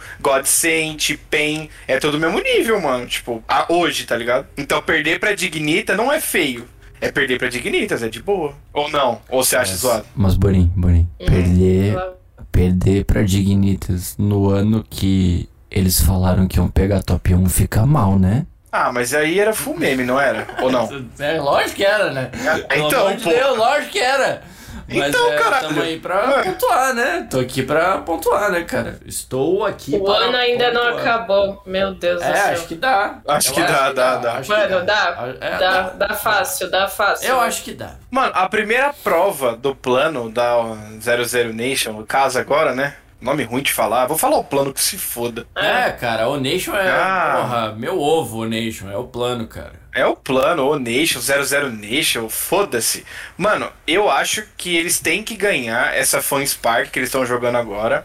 [SPEAKER 5] Godsent, PEN, é todo o mesmo nível, mano. Tipo, a- hoje, tá ligado? Então perder pra Dignita não é feio. É perder pra Dignitas, é de boa. Ou não? Ou você acha zoado?
[SPEAKER 3] Mas Borim, Borim. Perder,
[SPEAKER 4] Ela-
[SPEAKER 3] perder pra Dignitas no ano que eles falaram que iam pegar top 1 fica mal, né?
[SPEAKER 5] Ah, mas aí era full meme, não era? Ou não?
[SPEAKER 3] É, lógico que era, né? Pelo
[SPEAKER 5] então,
[SPEAKER 3] amor de
[SPEAKER 5] pô.
[SPEAKER 3] Deus, lógico que era. Mas
[SPEAKER 5] Então,
[SPEAKER 3] é,
[SPEAKER 5] caralho.
[SPEAKER 3] tamo aí pra
[SPEAKER 5] É.
[SPEAKER 3] pontuar, né? Tô aqui pra pontuar, né, cara? Estou aqui
[SPEAKER 4] O
[SPEAKER 3] para
[SPEAKER 4] ano ainda não
[SPEAKER 3] pontuar.
[SPEAKER 4] acabou. Meu Deus do
[SPEAKER 3] É,
[SPEAKER 4] céu.
[SPEAKER 3] acho que dá.
[SPEAKER 5] Acho
[SPEAKER 3] Eu
[SPEAKER 5] que dá, dá, dá.
[SPEAKER 3] acho que
[SPEAKER 4] Mano, dá.
[SPEAKER 3] É,
[SPEAKER 4] dá, dá fácil, dá fácil.
[SPEAKER 3] Eu acho que dá.
[SPEAKER 5] Mano, a primeira prova do plano da 00 Nation, no caso agora, né? Nome ruim de falar. Vou falar o plano que se foda.
[SPEAKER 3] É, cara, o Nation é.
[SPEAKER 5] Ah.
[SPEAKER 3] Porra, meu ovo, o Nation, é o plano, cara.
[SPEAKER 5] É o plano, ou Nation, 00 Nation, foda-se. Mano, eu acho que eles têm que ganhar essa Fan Spark que eles estão jogando agora.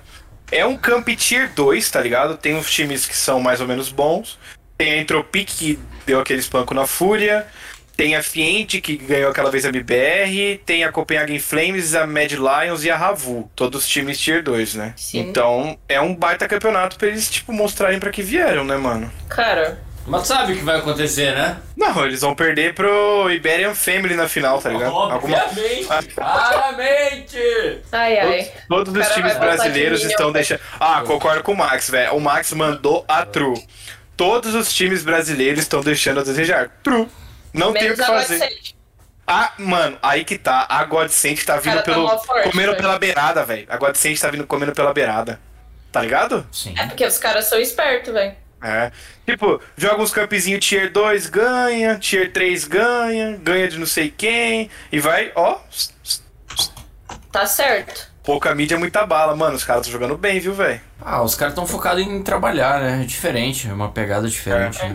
[SPEAKER 5] É um Camp Tier 2, tá ligado? Tem uns times que são mais ou menos bons. Tem a Entropic que deu aquele espanco na Fúria. Tem a Fiente que ganhou aquela vez a MBR. Tem a Copenhagen Flames, a Mad Lions e a Ravu. Todos times Tier 2, né?
[SPEAKER 4] Sim.
[SPEAKER 5] Então é um baita campeonato pra eles, tipo, mostrarem pra que vieram, né, mano?
[SPEAKER 4] Cara,
[SPEAKER 3] Mas sabe o que vai acontecer, né?
[SPEAKER 5] Não, eles vão perder pro Iberian Family na final, tá ligado? Alguma... Ah,
[SPEAKER 3] Obviamente! Claramente!
[SPEAKER 4] ai ai.
[SPEAKER 5] Todos os
[SPEAKER 4] É. cara
[SPEAKER 5] times
[SPEAKER 4] vai voltar
[SPEAKER 5] brasileiros
[SPEAKER 4] de mim,
[SPEAKER 5] estão
[SPEAKER 4] eu-
[SPEAKER 5] deixando. Ah, concordo com o Max, velho. O Max mandou a True. Todos os times brasileiros estão deixando a desejar. True. Não tem o
[SPEAKER 4] Menos
[SPEAKER 5] que
[SPEAKER 4] agora
[SPEAKER 5] fazer.
[SPEAKER 4] sente.
[SPEAKER 5] Ah, mano, aí que tá. A Godsent tá vindo
[SPEAKER 4] Cara, tá
[SPEAKER 5] pelo.
[SPEAKER 4] mó forte,
[SPEAKER 5] comendo
[SPEAKER 4] velho.
[SPEAKER 5] pela beirada, velho. A Godsent tá vindo comendo pela beirada. Tá ligado?
[SPEAKER 3] Sim.
[SPEAKER 4] É porque os caras são espertos, velho.
[SPEAKER 5] É. Tipo, joga uns campzinhos tier 2, ganha, tier 3 ganha, ganha de não sei quem, e vai, ó,
[SPEAKER 4] Tá certo.
[SPEAKER 5] Pouca mídia, muita bala, mano. Os caras estão jogando bem, viu, velho?
[SPEAKER 3] Ah, os caras estão focados em trabalhar, né? É diferente, é uma pegada diferente.
[SPEAKER 5] É.
[SPEAKER 3] né?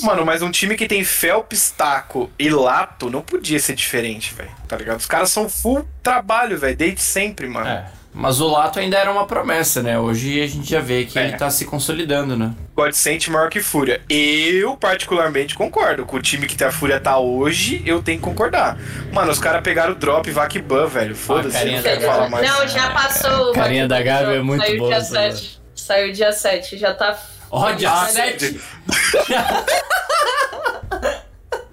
[SPEAKER 5] Mano, mas um time que tem Phelps, Taco e Lato não podia ser diferente, velho. Tá ligado? Os caras são full trabalho, velho. Desde sempre, mano.
[SPEAKER 3] É. Mas o Lato ainda era uma promessa, né? Hoje a gente já vê que
[SPEAKER 5] É.
[SPEAKER 3] ele tá se consolidando, né?
[SPEAKER 5] Godsent maior que Fúria. Eu, particularmente, concordo. Com o time que a Fúria tá hoje, eu tenho que concordar. Mano, os caras pegaram o drop Vakban, velho. Foda-se, eu
[SPEAKER 3] carinha
[SPEAKER 5] não
[SPEAKER 3] da
[SPEAKER 5] quero falar
[SPEAKER 3] Gabi.
[SPEAKER 5] mais.
[SPEAKER 4] Não, já passou. o
[SPEAKER 3] Carinha da Gabi é muito
[SPEAKER 4] Saiu
[SPEAKER 3] boa
[SPEAKER 4] dia
[SPEAKER 3] essa
[SPEAKER 4] 7. Saiu dia 7, já tá.
[SPEAKER 3] Ó, dia
[SPEAKER 5] Ah,
[SPEAKER 3] 7!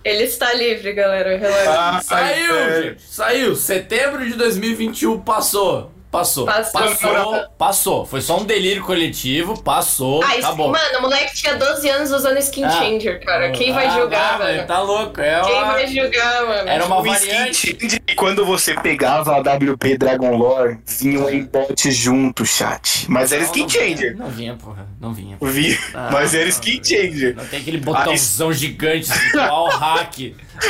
[SPEAKER 4] Ele está livre, galera. Relaxa.
[SPEAKER 5] Ah,
[SPEAKER 3] Saiu!
[SPEAKER 5] velho.
[SPEAKER 3] gente. Saiu! Setembro de 2021 passou! Passou.
[SPEAKER 4] Passou.
[SPEAKER 3] Passou. Passou. Foi só um delírio coletivo, passou.
[SPEAKER 4] Ah,
[SPEAKER 3] tá
[SPEAKER 4] isso-
[SPEAKER 3] bom.
[SPEAKER 4] mano, o moleque tinha 12 anos usando skin
[SPEAKER 3] Ah.
[SPEAKER 4] changer, cara. Quem vai
[SPEAKER 3] Ah,
[SPEAKER 4] julgar,
[SPEAKER 3] vai,
[SPEAKER 4] mano?
[SPEAKER 3] Tá louco, é
[SPEAKER 4] Quem
[SPEAKER 3] uma...
[SPEAKER 4] vai julgar, mano?
[SPEAKER 3] Era uma
[SPEAKER 5] O
[SPEAKER 3] variante.
[SPEAKER 5] Um skin change, quando você pegava a WP Dragon Lore, vinha um embote junto, chat. Mas era skin
[SPEAKER 3] Não, não vinha,
[SPEAKER 5] changer.
[SPEAKER 3] Não vinha, porra. Não vinha.
[SPEAKER 5] Vi,
[SPEAKER 3] Ah,
[SPEAKER 5] mas era
[SPEAKER 3] não,
[SPEAKER 5] skin
[SPEAKER 3] não,
[SPEAKER 5] changer.
[SPEAKER 3] Não tem aquele botãozão gigante igual ao hack,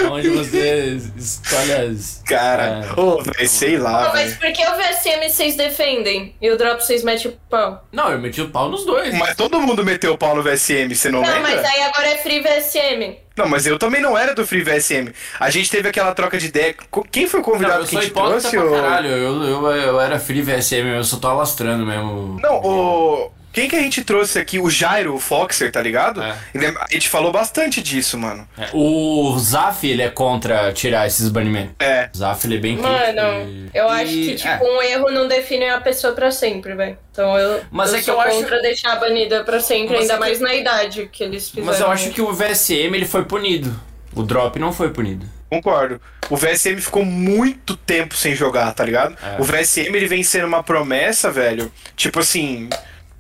[SPEAKER 3] onde você escolhe as.
[SPEAKER 5] Cara,
[SPEAKER 3] É.
[SPEAKER 5] ô, velho, sei lá.
[SPEAKER 4] Ah, mas
[SPEAKER 5] velho.
[SPEAKER 4] por que o VSM vocês defendem e o Drop vocês metem o pau?
[SPEAKER 3] Não, eu meti o pau nos dois.
[SPEAKER 5] Mas todo mundo meteu o pau no VSM, você não,
[SPEAKER 4] Não,
[SPEAKER 5] lembra?
[SPEAKER 4] mas aí agora é Free VSM.
[SPEAKER 5] Não, mas eu também não era do Free VSM. A gente teve aquela troca de ideia. Co- Quem foi o
[SPEAKER 3] Não,
[SPEAKER 5] convidado
[SPEAKER 3] eu
[SPEAKER 5] que a
[SPEAKER 3] sou
[SPEAKER 5] gente
[SPEAKER 3] hipócrita
[SPEAKER 5] trouxe?
[SPEAKER 3] pra
[SPEAKER 5] ô?
[SPEAKER 3] caralho. Eu, eu, eu era free VSM, eu só tô alastrando mesmo.
[SPEAKER 5] Não, o. Quem que a gente trouxe aqui? O Jairo, o Foxer, tá ligado?
[SPEAKER 3] É.
[SPEAKER 5] Ele é- a gente falou bastante disso, mano.
[SPEAKER 3] É, O Zaf, ele é contra tirar esses banimentos.
[SPEAKER 5] É.
[SPEAKER 3] O Zaf, ele é bem crítico.
[SPEAKER 4] Mano,
[SPEAKER 3] e-
[SPEAKER 4] eu
[SPEAKER 3] e-
[SPEAKER 4] acho que, tipo,
[SPEAKER 3] é.
[SPEAKER 4] um erro não define a pessoa pra sempre, velho. Então eu,
[SPEAKER 3] Mas
[SPEAKER 4] eu
[SPEAKER 3] é que
[SPEAKER 4] sou
[SPEAKER 3] eu acho-
[SPEAKER 4] contra deixar banida pra sempre,
[SPEAKER 3] Mas
[SPEAKER 4] ainda
[SPEAKER 3] é que-
[SPEAKER 4] mais na idade que eles fizeram.
[SPEAKER 3] Mas eu acho que o VSM, ele foi punido. O Drop não foi punido.
[SPEAKER 5] Concordo. O VSM ficou muito tempo sem jogar, tá ligado?
[SPEAKER 3] É.
[SPEAKER 5] O VSM ele vem sendo uma promessa, velho. Tipo assim,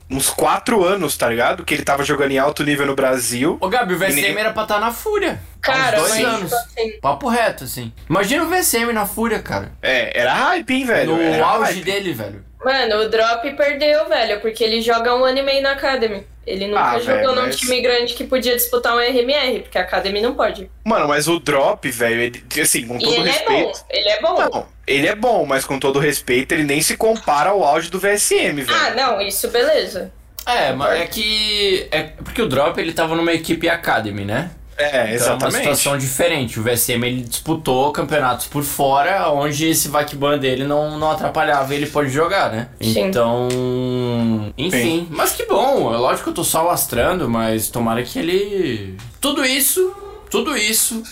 [SPEAKER 5] uns quatro anos, tá ligado? Que ele tava jogando em alto nível no Brasil.
[SPEAKER 3] Ô, Gabi, o VSM
[SPEAKER 5] ninguém-
[SPEAKER 3] era pra estar na Fúria.
[SPEAKER 4] Cara,
[SPEAKER 3] há uns dois
[SPEAKER 4] mas,
[SPEAKER 3] anos.
[SPEAKER 4] tipo assim,
[SPEAKER 3] Papo reto, assim. Imagina o VSM na Fúria, cara.
[SPEAKER 5] É, era hype, hein, velho?
[SPEAKER 3] No
[SPEAKER 5] Era
[SPEAKER 3] auge
[SPEAKER 5] hype.
[SPEAKER 3] dele, velho.
[SPEAKER 4] Mano, o Drop perdeu, velho, porque ele joga um ano e meio na Academy. Ele nunca
[SPEAKER 5] Ah,
[SPEAKER 4] jogou
[SPEAKER 5] velho,
[SPEAKER 4] num
[SPEAKER 5] mas-
[SPEAKER 4] time grande que podia disputar um RMR, porque a Academy não pode.
[SPEAKER 5] Mano, mas o drop, velho, ele- assim, com
[SPEAKER 4] E
[SPEAKER 5] todo
[SPEAKER 4] ele é bom,
[SPEAKER 5] respeito.
[SPEAKER 4] ele é bom.
[SPEAKER 5] Não, ele é bom, mas com todo respeito, ele nem se compara ao auge do VSM, velho.
[SPEAKER 4] Ah, não, isso beleza.
[SPEAKER 3] É, mas é que. É porque o Drop ele tava numa equipe Academy, né?
[SPEAKER 5] é,
[SPEAKER 3] Então é uma
[SPEAKER 5] exatamente.
[SPEAKER 3] situação diferente. O VSM ele disputou campeonatos por fora, onde esse Vakban dele não, não atrapalhava e ele pôde jogar, né?
[SPEAKER 4] Sim.
[SPEAKER 3] Então. Enfim. Mas que bom, é lógico que eu tô só alastrando, mas tomara que ele. Tudo isso, tudo isso.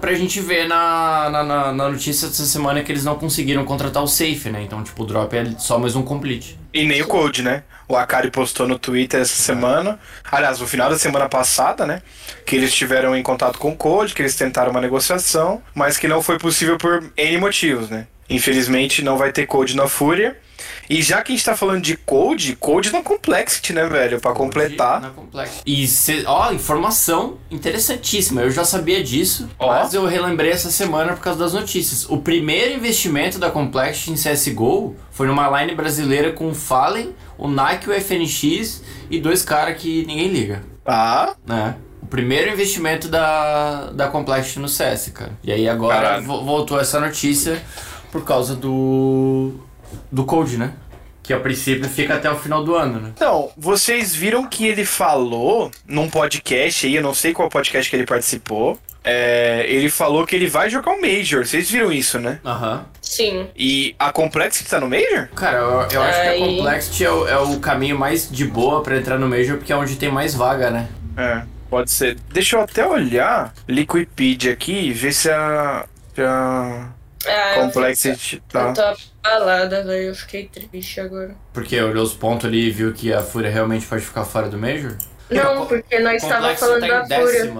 [SPEAKER 3] Pra gente ver na, na, na- na notícia dessa semana que eles não conseguiram contratar o safe, né? Então, tipo, o drop é só mais um complete.
[SPEAKER 5] E nem o Code, né? O Akari postou no Twitter essa semana, aliás, no final da semana passada, né? Que eles estiveram em contato com o Code, que eles tentaram uma negociação, mas que não foi possível por N motivos, né? Infelizmente não vai ter Code na Fúria. E já que a gente tá falando de Code, Code na Complexity, né, velho? Pra completar.
[SPEAKER 3] Na Complexity. E, cê- ó, informação interessantíssima. Eu já sabia disso,
[SPEAKER 5] Ó.
[SPEAKER 3] mas eu relembrei essa semana por causa das notícias. O primeiro investimento da Complexity em CSGO foi numa line brasileira com o Fallen, o Nike, o FNX e dois caras que ninguém liga,
[SPEAKER 5] Tá?
[SPEAKER 3] né? O primeiro investimento da, da Complexity no CS, cara. E aí agora
[SPEAKER 5] Caralho.
[SPEAKER 3] vo- voltou essa notícia por causa do. do Code, né? Que a princípio fica até o final do ano, né?
[SPEAKER 5] Então, vocês viram que ele falou num podcast aí, eu não sei qual podcast que ele participou. é, ele falou que ele vai jogar um Major. Vocês viram isso, né?
[SPEAKER 3] Aham.
[SPEAKER 4] Sim.
[SPEAKER 5] E a Complexity tá no Major?
[SPEAKER 3] Cara, eu, eu acho que a
[SPEAKER 4] Aí.
[SPEAKER 3] Complexity é o, é o caminho mais de boa pra entrar no Major, porque é onde tem mais vaga, né?
[SPEAKER 5] É, pode ser. Deixa eu até olhar Liquipedia aqui e ver se a, se a
[SPEAKER 4] Ah, eu
[SPEAKER 5] Complexity
[SPEAKER 4] fiquei-
[SPEAKER 5] tá.
[SPEAKER 4] Eu tô abalada, velho, eu fiquei triste agora.
[SPEAKER 3] Porque olhou os pontos ali e viu que a Fúria realmente pode ficar fora do Major.
[SPEAKER 4] Não, porque nós estávamos falando
[SPEAKER 3] tá
[SPEAKER 4] da Fúria.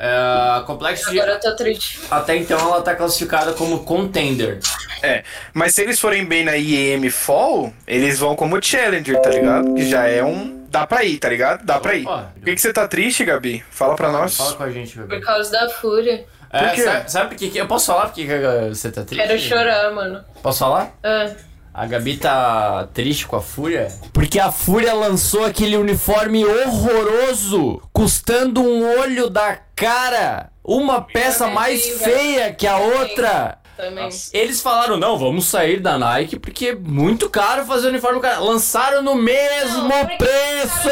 [SPEAKER 3] É, a Complexity,
[SPEAKER 4] Agora eu tô triste.
[SPEAKER 3] até então, ela tá classificada como Contender.
[SPEAKER 5] É, mas se eles forem bem na IEM Fall, eles vão como Challenger, tá ligado? Que já é um. Dá pra ir, tá ligado? Dá pra ir.
[SPEAKER 3] Opa.
[SPEAKER 5] Por que, que você tá triste, Gabi? Fala pra
[SPEAKER 3] Fala
[SPEAKER 5] nós.
[SPEAKER 3] com a gente, bebê.
[SPEAKER 4] Por causa da Fúria.
[SPEAKER 3] É,
[SPEAKER 5] Por quê?
[SPEAKER 3] sabe, sabe por que que... Eu posso falar porque você tá triste?
[SPEAKER 4] Quero chorar, mano.
[SPEAKER 3] Posso falar?
[SPEAKER 4] Ah,
[SPEAKER 3] A Gabi tá triste com a Fúria? Porque a Fúria lançou aquele uniforme horroroso, custando um olho da cara. Uma peça
[SPEAKER 4] também,
[SPEAKER 3] mais
[SPEAKER 4] velho.
[SPEAKER 3] feia que a outra.
[SPEAKER 4] também.
[SPEAKER 3] Eles falaram, não, vamos sair da Nike porque é muito caro fazer o uniforme cara. Lançaram no mesmo
[SPEAKER 4] Não, porque-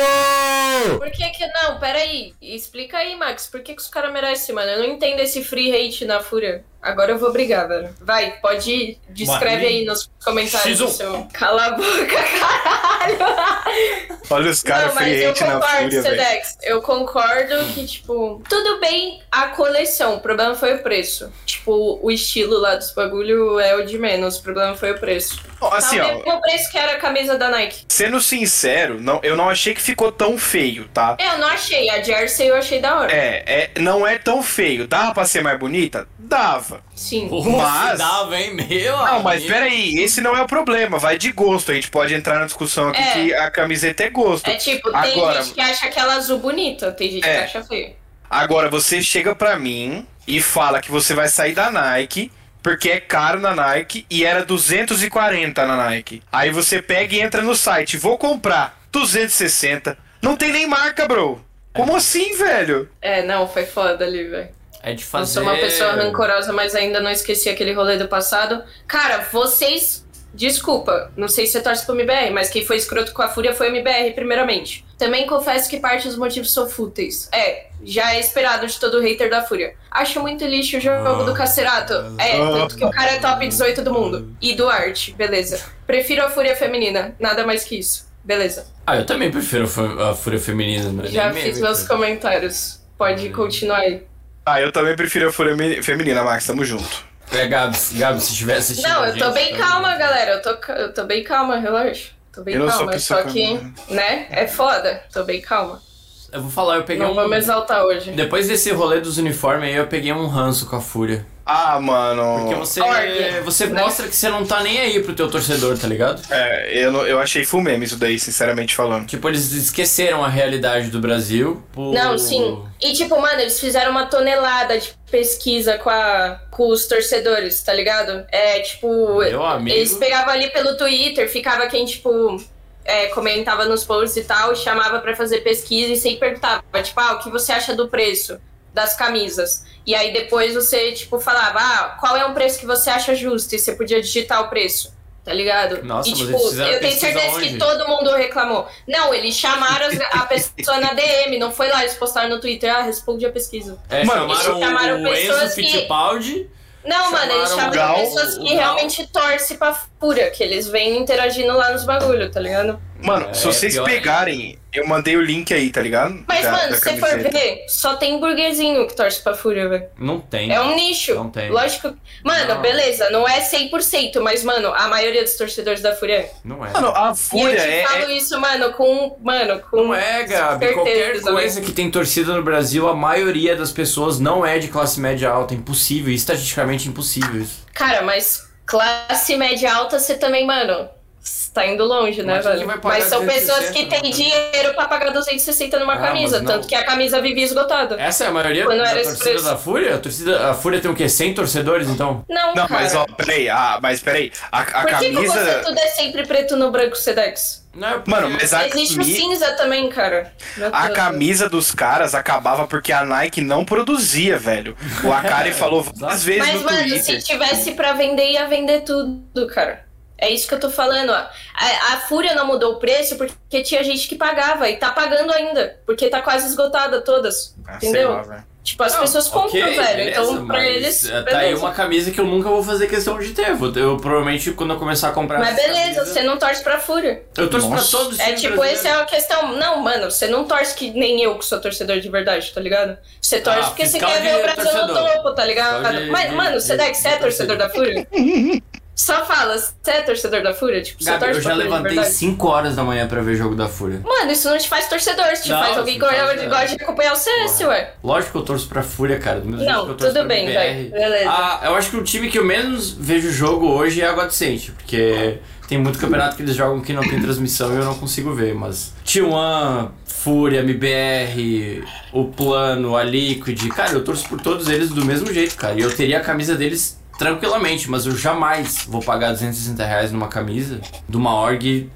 [SPEAKER 3] preço!
[SPEAKER 4] Por que que não? Peraí, explica aí, Max. Por que que os caras merecem, mano? Eu não entendo esse free hate na Fúria. Agora eu vou brigar, velho. Vai, pode ir. Descreve
[SPEAKER 3] Mano.
[SPEAKER 4] aí nos comentários.
[SPEAKER 3] X1.
[SPEAKER 4] do Seu... Cala a boca, [LAUGHS] caralho!
[SPEAKER 5] Olha os caras
[SPEAKER 4] não, mas eu
[SPEAKER 5] free hate na
[SPEAKER 4] concordo,
[SPEAKER 5] fúria, velho.
[SPEAKER 4] Sedex. Eu concordo que, tipo, tudo bem a coleção. O problema foi o preço. Tipo, o estilo lá dos bagulho é o de menos. O problema foi o preço.
[SPEAKER 5] Ó, Assim,
[SPEAKER 4] tá o
[SPEAKER 5] ó,
[SPEAKER 4] mesmo preço que era a camisa da Nike.
[SPEAKER 5] sendo sincero, não, eu não achei que ficou tão feio, tá?
[SPEAKER 4] É, Eu não achei. A Jersey eu achei da hora.
[SPEAKER 5] É, é, não é tão feio. Dava pra ser mais bonita? Dava.
[SPEAKER 4] Sim.
[SPEAKER 5] Mas-
[SPEAKER 3] Se dava, hein? Meu
[SPEAKER 5] Não, mas
[SPEAKER 3] amigo.
[SPEAKER 5] peraí, esse não é o problema. Vai de gosto. A gente pode entrar na discussão aqui
[SPEAKER 4] É.
[SPEAKER 5] que a camiseta é gosto.
[SPEAKER 4] É tipo, tem
[SPEAKER 5] Agora-
[SPEAKER 4] gente que acha aquela azul bonita, tem gente
[SPEAKER 5] É.
[SPEAKER 4] que acha feia.
[SPEAKER 5] Agora, você chega pra mim e fala que você vai sair da Nike. Porque é caro na Nike e era 240 na Nike. Aí você pega e entra no site, vou comprar 260. Não tem nem marca, bro. Como assim, velho?
[SPEAKER 4] É, não, foi foda ali, velho.
[SPEAKER 3] É de
[SPEAKER 4] Eu
[SPEAKER 3] fazer...
[SPEAKER 4] sou uma pessoa rancorosa, mas ainda não esqueci aquele rolê do passado. Cara, vocês. Desculpa, não sei se você torce pro MBR, mas quem foi escroto com a Fúria foi o MBR, primeiramente. Também confesso que parte dos motivos são fúteis. É, já é esperado de todo hater da Fúria. Acho muito lixo o jogo do Cacerato. É, tanto que o cara é top 18 do mundo. E do arte, beleza. Prefiro a Fúria feminina, nada mais que isso. Beleza.
[SPEAKER 3] Ah, eu também prefiro a fu- a fúria feminina. não é
[SPEAKER 4] Já
[SPEAKER 3] nem
[SPEAKER 4] fiz
[SPEAKER 3] meme, Hum.
[SPEAKER 4] meus
[SPEAKER 3] cara.
[SPEAKER 4] comentários. Pode continuar aí.
[SPEAKER 5] Ah, eu também prefiro a fúria me- feminina, Max, tamo junto.
[SPEAKER 3] É, Gabs, Gabs, se tiver assistindo.
[SPEAKER 4] Não,
[SPEAKER 3] a
[SPEAKER 4] eu tô
[SPEAKER 3] gente,
[SPEAKER 4] bem
[SPEAKER 3] tá-
[SPEAKER 4] calma, galera. Eu tô, ca- eu tô bem calma, relaxa. Tô bem
[SPEAKER 5] Eu não sou
[SPEAKER 4] calma,
[SPEAKER 5] pessoa
[SPEAKER 4] só que,
[SPEAKER 5] calma.
[SPEAKER 4] né? É foda. Tô bem calma.
[SPEAKER 3] Eu vou falar, eu peguei
[SPEAKER 4] Não
[SPEAKER 3] um.
[SPEAKER 4] vou me exaltar hoje.
[SPEAKER 3] Depois desse rolê dos uniformes aí, eu peguei um ranço com a fúria.
[SPEAKER 5] Ah, mano.
[SPEAKER 3] Porque você,
[SPEAKER 4] Org.
[SPEAKER 3] você
[SPEAKER 4] Né?
[SPEAKER 3] mostra que você não tá nem aí pro teu torcedor, tá ligado?
[SPEAKER 5] É, eu, não- eu achei full meme isso daí, sinceramente falando.
[SPEAKER 3] Tipo, eles esqueceram a realidade do Brasil. por-
[SPEAKER 4] Não, sim. E tipo, mano, eles fizeram uma tonelada de pesquisa com, a, com os torcedores, tá ligado? É, tipo,
[SPEAKER 3] Meu amigo.
[SPEAKER 4] eles pegavam ali pelo Twitter, ficava quem, tipo, é, comentava nos posts e tal, chamava pra fazer pesquisa e sempre perguntava, tipo, ah, o que você acha do preço das camisas? E aí depois você, tipo, falava, ah, qual é um preço que você acha justo? E você podia digitar o preço. Tá ligado?
[SPEAKER 3] Nossa,
[SPEAKER 4] e,
[SPEAKER 3] mas
[SPEAKER 4] tipo,
[SPEAKER 3] eles fizeram
[SPEAKER 4] eu tenho
[SPEAKER 3] pesquisa
[SPEAKER 4] certeza
[SPEAKER 3] onde?
[SPEAKER 4] que todo mundo reclamou. Não, eles chamaram as- a pessoa na DM, não foi lá, eles postaram no Twitter, ah, responde a pesquisa.
[SPEAKER 3] É,
[SPEAKER 5] Mano,
[SPEAKER 3] chamaram,
[SPEAKER 4] chamaram
[SPEAKER 3] o
[SPEAKER 4] pessoas
[SPEAKER 3] Enzo
[SPEAKER 4] que-
[SPEAKER 3] Fittipaldi.
[SPEAKER 4] Não, mano, eles
[SPEAKER 3] Chamaram o
[SPEAKER 4] chamaram
[SPEAKER 5] Gal,
[SPEAKER 4] pessoas
[SPEAKER 3] o
[SPEAKER 4] que
[SPEAKER 3] Gal.
[SPEAKER 4] realmente torcem pra fúria, que eles vêm interagindo lá nos bagulho, tá ligado?
[SPEAKER 5] Mano,
[SPEAKER 3] É,
[SPEAKER 5] se vocês
[SPEAKER 3] pior ainda.
[SPEAKER 5] pegarem, eu mandei o link aí, tá ligado?
[SPEAKER 4] Mas,
[SPEAKER 5] Da-
[SPEAKER 4] mano,
[SPEAKER 5] da
[SPEAKER 4] se você for
[SPEAKER 5] camiseta.
[SPEAKER 4] ver, só tem burguesinho que torce pra fúria, velho.
[SPEAKER 3] Não tem.
[SPEAKER 4] É um nicho.
[SPEAKER 3] Não tem.
[SPEAKER 4] Lógico. Mano,
[SPEAKER 3] Não.
[SPEAKER 4] beleza, não é 100%, mas, mano, a maioria dos torcedores da fúria é.
[SPEAKER 3] Não é.
[SPEAKER 5] Mano, a
[SPEAKER 4] E eu
[SPEAKER 5] fúria
[SPEAKER 4] te
[SPEAKER 5] é.
[SPEAKER 4] falo
[SPEAKER 5] é-
[SPEAKER 4] isso, mano, com. Mano, com.
[SPEAKER 3] Não é, Gabi. Qualquer
[SPEAKER 4] certeza, né?
[SPEAKER 3] coisa que tem torcida no Brasil, a maioria das pessoas não é de classe média alta. Impossível, estatisticamente impossível isso.
[SPEAKER 4] Cara, mas classe média alta você também, mano, tá indo longe, né,
[SPEAKER 3] Mas quem
[SPEAKER 4] velho?
[SPEAKER 3] vai pagar
[SPEAKER 4] Mas são
[SPEAKER 3] 260,
[SPEAKER 4] pessoas que
[SPEAKER 3] né,
[SPEAKER 4] têm
[SPEAKER 3] cara?
[SPEAKER 4] dinheiro pra pagar 260 numa
[SPEAKER 3] Ah,
[SPEAKER 4] camisa,
[SPEAKER 3] mas não.
[SPEAKER 4] tanto que a camisa vivia esgotada.
[SPEAKER 3] Essa é a maioria
[SPEAKER 4] Quando
[SPEAKER 3] da
[SPEAKER 4] era esse
[SPEAKER 3] torcida
[SPEAKER 4] preço.
[SPEAKER 3] da Fúria? A, torcida, a Fúria tem o quê? 100 torcedores, então?
[SPEAKER 4] Não,
[SPEAKER 5] Não,
[SPEAKER 4] cara.
[SPEAKER 5] mas ó, peraí, ah, mas peraí. A, a
[SPEAKER 4] Por que, que você
[SPEAKER 5] camisa.
[SPEAKER 4] tudo é sempre preto no branco, Sedex?
[SPEAKER 3] Não é
[SPEAKER 5] Mano, mas a,
[SPEAKER 4] Existe o
[SPEAKER 5] cami-
[SPEAKER 4] cinza também, cara. Meu
[SPEAKER 5] a
[SPEAKER 4] Deus.
[SPEAKER 5] camisa dos caras acabava porque a Nike não produzia, velho. O
[SPEAKER 3] [LAUGHS]
[SPEAKER 5] Akari falou várias vezes
[SPEAKER 4] Mas,
[SPEAKER 5] no
[SPEAKER 4] mano,
[SPEAKER 5] Twitter.
[SPEAKER 4] se tivesse pra vender, ia vender tudo, cara. É isso que eu tô falando, ó. A, a Fúria não mudou o preço porque tinha gente que pagava e tá pagando ainda, porque tá quase esgotada todas,
[SPEAKER 5] Ah, sei
[SPEAKER 4] entendeu?
[SPEAKER 5] lá, velho.
[SPEAKER 4] Tipo, as
[SPEAKER 3] Não,
[SPEAKER 4] pessoas compram,
[SPEAKER 3] ok,
[SPEAKER 4] velho.
[SPEAKER 3] beleza,
[SPEAKER 4] então, pra
[SPEAKER 3] mas,
[SPEAKER 4] eles.
[SPEAKER 3] é, Tá aí
[SPEAKER 4] beleza.
[SPEAKER 3] uma camisa que eu nunca vou fazer questão de ter. Vou ter- Eu provavelmente, quando eu começar a comprar.
[SPEAKER 4] Mas
[SPEAKER 3] essa
[SPEAKER 4] beleza,
[SPEAKER 3] camisa-
[SPEAKER 4] você não torce pra Fúria.
[SPEAKER 3] Eu torço pra
[SPEAKER 5] Nossa.
[SPEAKER 3] todos os
[SPEAKER 4] É
[SPEAKER 3] times
[SPEAKER 4] tipo,
[SPEAKER 3] brasileiros.
[SPEAKER 4] essa é a questão. Não, mano, você não torce que nem eu que sou torcedor de verdade, tá ligado? Você torce
[SPEAKER 3] Ah,
[SPEAKER 4] porque você
[SPEAKER 3] fiscal
[SPEAKER 4] quer
[SPEAKER 3] de
[SPEAKER 4] ver o Brasil
[SPEAKER 3] torcedor.
[SPEAKER 4] no topo, tá ligado?
[SPEAKER 3] Fiscal de-
[SPEAKER 4] Mas,
[SPEAKER 3] de-
[SPEAKER 4] mano, você é
[SPEAKER 3] de-
[SPEAKER 4] que você é
[SPEAKER 3] de torcedor.
[SPEAKER 4] torcedor da Fúria?
[SPEAKER 3] [LAUGHS]
[SPEAKER 4] Só fala, você é torcedor da Fúria? Tipo, você
[SPEAKER 3] Gabi,
[SPEAKER 4] torce
[SPEAKER 3] eu já
[SPEAKER 4] pra Fúria de
[SPEAKER 3] levantei
[SPEAKER 4] verdade?
[SPEAKER 3] 5 horas da manhã pra ver jogo da Fúria.
[SPEAKER 4] Mano, isso não te faz torcedor, isso te
[SPEAKER 3] Não,
[SPEAKER 4] faz alguém que
[SPEAKER 3] isso não faz,
[SPEAKER 4] gosta gosta
[SPEAKER 3] é.
[SPEAKER 4] de acompanhar o CS, ué.
[SPEAKER 3] Lógico que eu torço pra Fúria, cara. Do mesmo
[SPEAKER 4] Não,
[SPEAKER 3] jeito que eu torço
[SPEAKER 4] tudo
[SPEAKER 3] pra
[SPEAKER 4] bem,
[SPEAKER 3] BBR.
[SPEAKER 4] velho, beleza.
[SPEAKER 3] Ah, eu acho que o time que eu menos vejo jogo hoje é a God Saint, porque tem muito campeonato que eles jogam que não tem transmissão e eu não consigo ver, mas T1, Fúria, MBR, o Plano, a Liquid, cara, eu torço por todos eles do mesmo jeito, cara. E eu teria a camisa deles tranquilamente, mas eu jamais vou pagar 260 reais numa camisa de uma org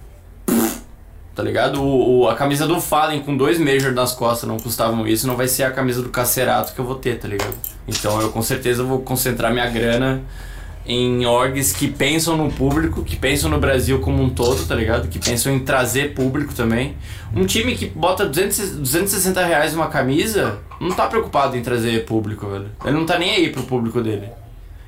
[SPEAKER 3] Tá ligado? O, o- a camisa do Fallen com dois Major nas costas não custavam isso, não vai ser a camisa do Cacerato que eu vou ter, tá ligado? Então eu com certeza vou concentrar minha grana em orgs que pensam no público, que pensam no Brasil como um todo, tá ligado? Que pensam em trazer público também. Um time que bota 200, 260 reais numa camisa não tá preocupado em trazer público, velho. Ele não tá nem aí pro público dele.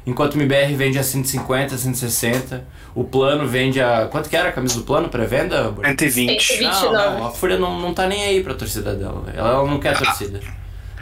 [SPEAKER 3] Enquanto o MBR vende a 150, 160, o plano vende a. Quanto que era a camisa do plano? Pré-venda? Boris?
[SPEAKER 5] 120.
[SPEAKER 4] 29.
[SPEAKER 3] Não, não, a Fúria não, não tá nem aí pra torcida dela. velho. Ela não quer torcida.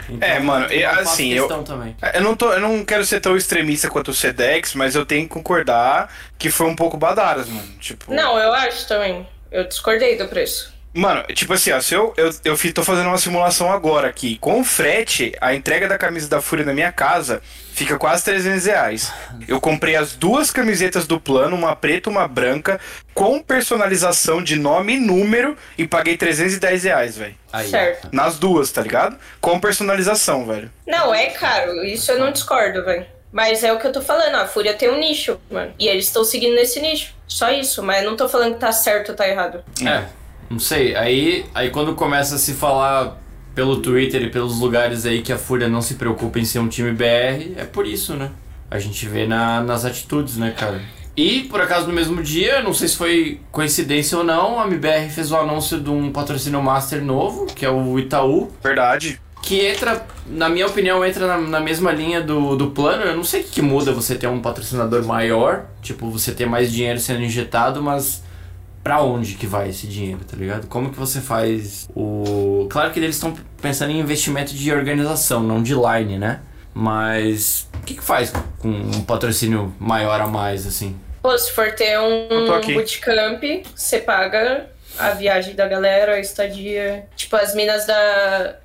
[SPEAKER 3] Então,
[SPEAKER 5] É, mano, é
[SPEAKER 3] eu faço
[SPEAKER 5] assim,
[SPEAKER 3] questão também.
[SPEAKER 5] Eu não, tô, eu não quero ser tão extremista quanto o Sedex, mas eu tenho que concordar que foi um pouco badaras, mano. Tipo,
[SPEAKER 4] Não, eu acho também. Eu discordei do preço.
[SPEAKER 5] Mano, tipo assim, ó, se eu, eu, eu fi- tô fazendo uma simulação agora aqui. Com frete, a entrega da camisa da Fúria na minha casa fica quase 300 reais. Eu comprei as duas camisetas do plano, uma preta e uma branca, com personalização de nome e número, e paguei 310 reais, velho.
[SPEAKER 3] Aí.
[SPEAKER 4] Certo.
[SPEAKER 5] Nas duas, tá ligado? Com personalização, velho.
[SPEAKER 4] Não, é caro. Isso eu não discordo, velho. Mas é o que eu tô falando, a Fúria tem um nicho, mano. E eles estão seguindo nesse nicho. Só isso, mas eu não tô falando que tá certo ou tá errado.
[SPEAKER 3] É, não sei. Aí, aí quando começa a se falar pelo Twitter e pelos lugares aí que a Fúria não se preocupa em ser um time BR, é por isso, né? A gente vê na- nas atitudes, né, cara? E, por acaso, no mesmo dia, não sei se foi coincidência ou não, a MBR fez o anúncio de um patrocínio master novo, que é o Itaú,
[SPEAKER 5] Verdade.
[SPEAKER 3] que entra, na minha opinião, entra na, na mesma linha do, do plano. Eu não sei o que, que muda você ter um patrocinador maior, tipo, você ter mais dinheiro sendo injetado, mas pra onde que vai esse dinheiro, tá ligado? Como que você faz o. Claro que eles estão pensando em investimento de organização, não de line, né? Mas o que, que faz com um patrocínio maior a mais, assim?
[SPEAKER 4] Pô, se for ter
[SPEAKER 5] Eu tô
[SPEAKER 4] um
[SPEAKER 5] aqui.
[SPEAKER 4] bootcamp, você paga a viagem da galera, a estadia. Tipo, as minas da,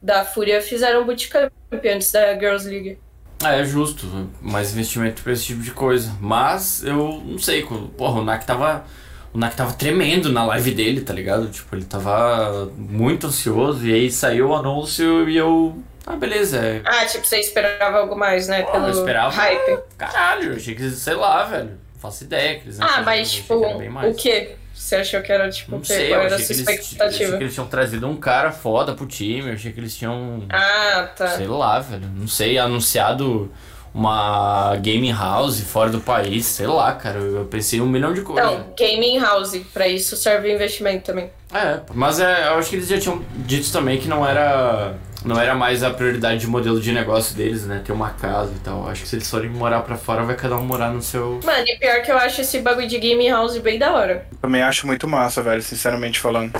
[SPEAKER 4] da Fúria fizeram um bootcamp antes da Girls League.
[SPEAKER 3] Ah, é justo, mais investimento pra esse tipo de coisa. Mas eu não sei, quando- porra, o Nak tava. O Nak tava tremendo na live dele, tá ligado? Tipo, ele tava muito ansioso e aí saiu o anúncio e eu. Ah, beleza. é-
[SPEAKER 4] Ah, tipo, você esperava algo mais, né?
[SPEAKER 3] Pô,
[SPEAKER 4] pelo
[SPEAKER 3] eu esperava.
[SPEAKER 4] hype.
[SPEAKER 3] Caralho, eu achei que, sei lá, velho. Não faço ideia que eles
[SPEAKER 4] Ah,
[SPEAKER 3] achei-
[SPEAKER 4] mas
[SPEAKER 3] achei
[SPEAKER 4] tipo,
[SPEAKER 3] que era bem mais.
[SPEAKER 4] o quê? Você achou que era, tipo, o
[SPEAKER 3] Não
[SPEAKER 4] quê?
[SPEAKER 3] sei, eu
[SPEAKER 4] qual era a
[SPEAKER 3] achei, que
[SPEAKER 4] sua
[SPEAKER 3] eles,
[SPEAKER 4] expectativa?
[SPEAKER 3] achei que eles tinham trazido um cara foda pro time, eu achei que eles tinham.
[SPEAKER 4] Ah, tá.
[SPEAKER 3] Sei lá, velho. Não sei, anunciado uma game house fora do país, sei lá, cara. Eu eu pensei em um milhão de coisas.
[SPEAKER 4] Então, gaming house, pra isso serve o investimento também.
[SPEAKER 3] É, mas é, eu acho que eles já tinham dito também que não era. Não era mais a prioridade de modelo de negócio deles, né? Ter uma casa e tal. Acho que se eles forem morar pra fora, vai cada um morar no seu.
[SPEAKER 4] Mano, e pior que eu acho esse bagulho de gaming house bem da hora.
[SPEAKER 5] Também acho muito massa, velho, sinceramente falando.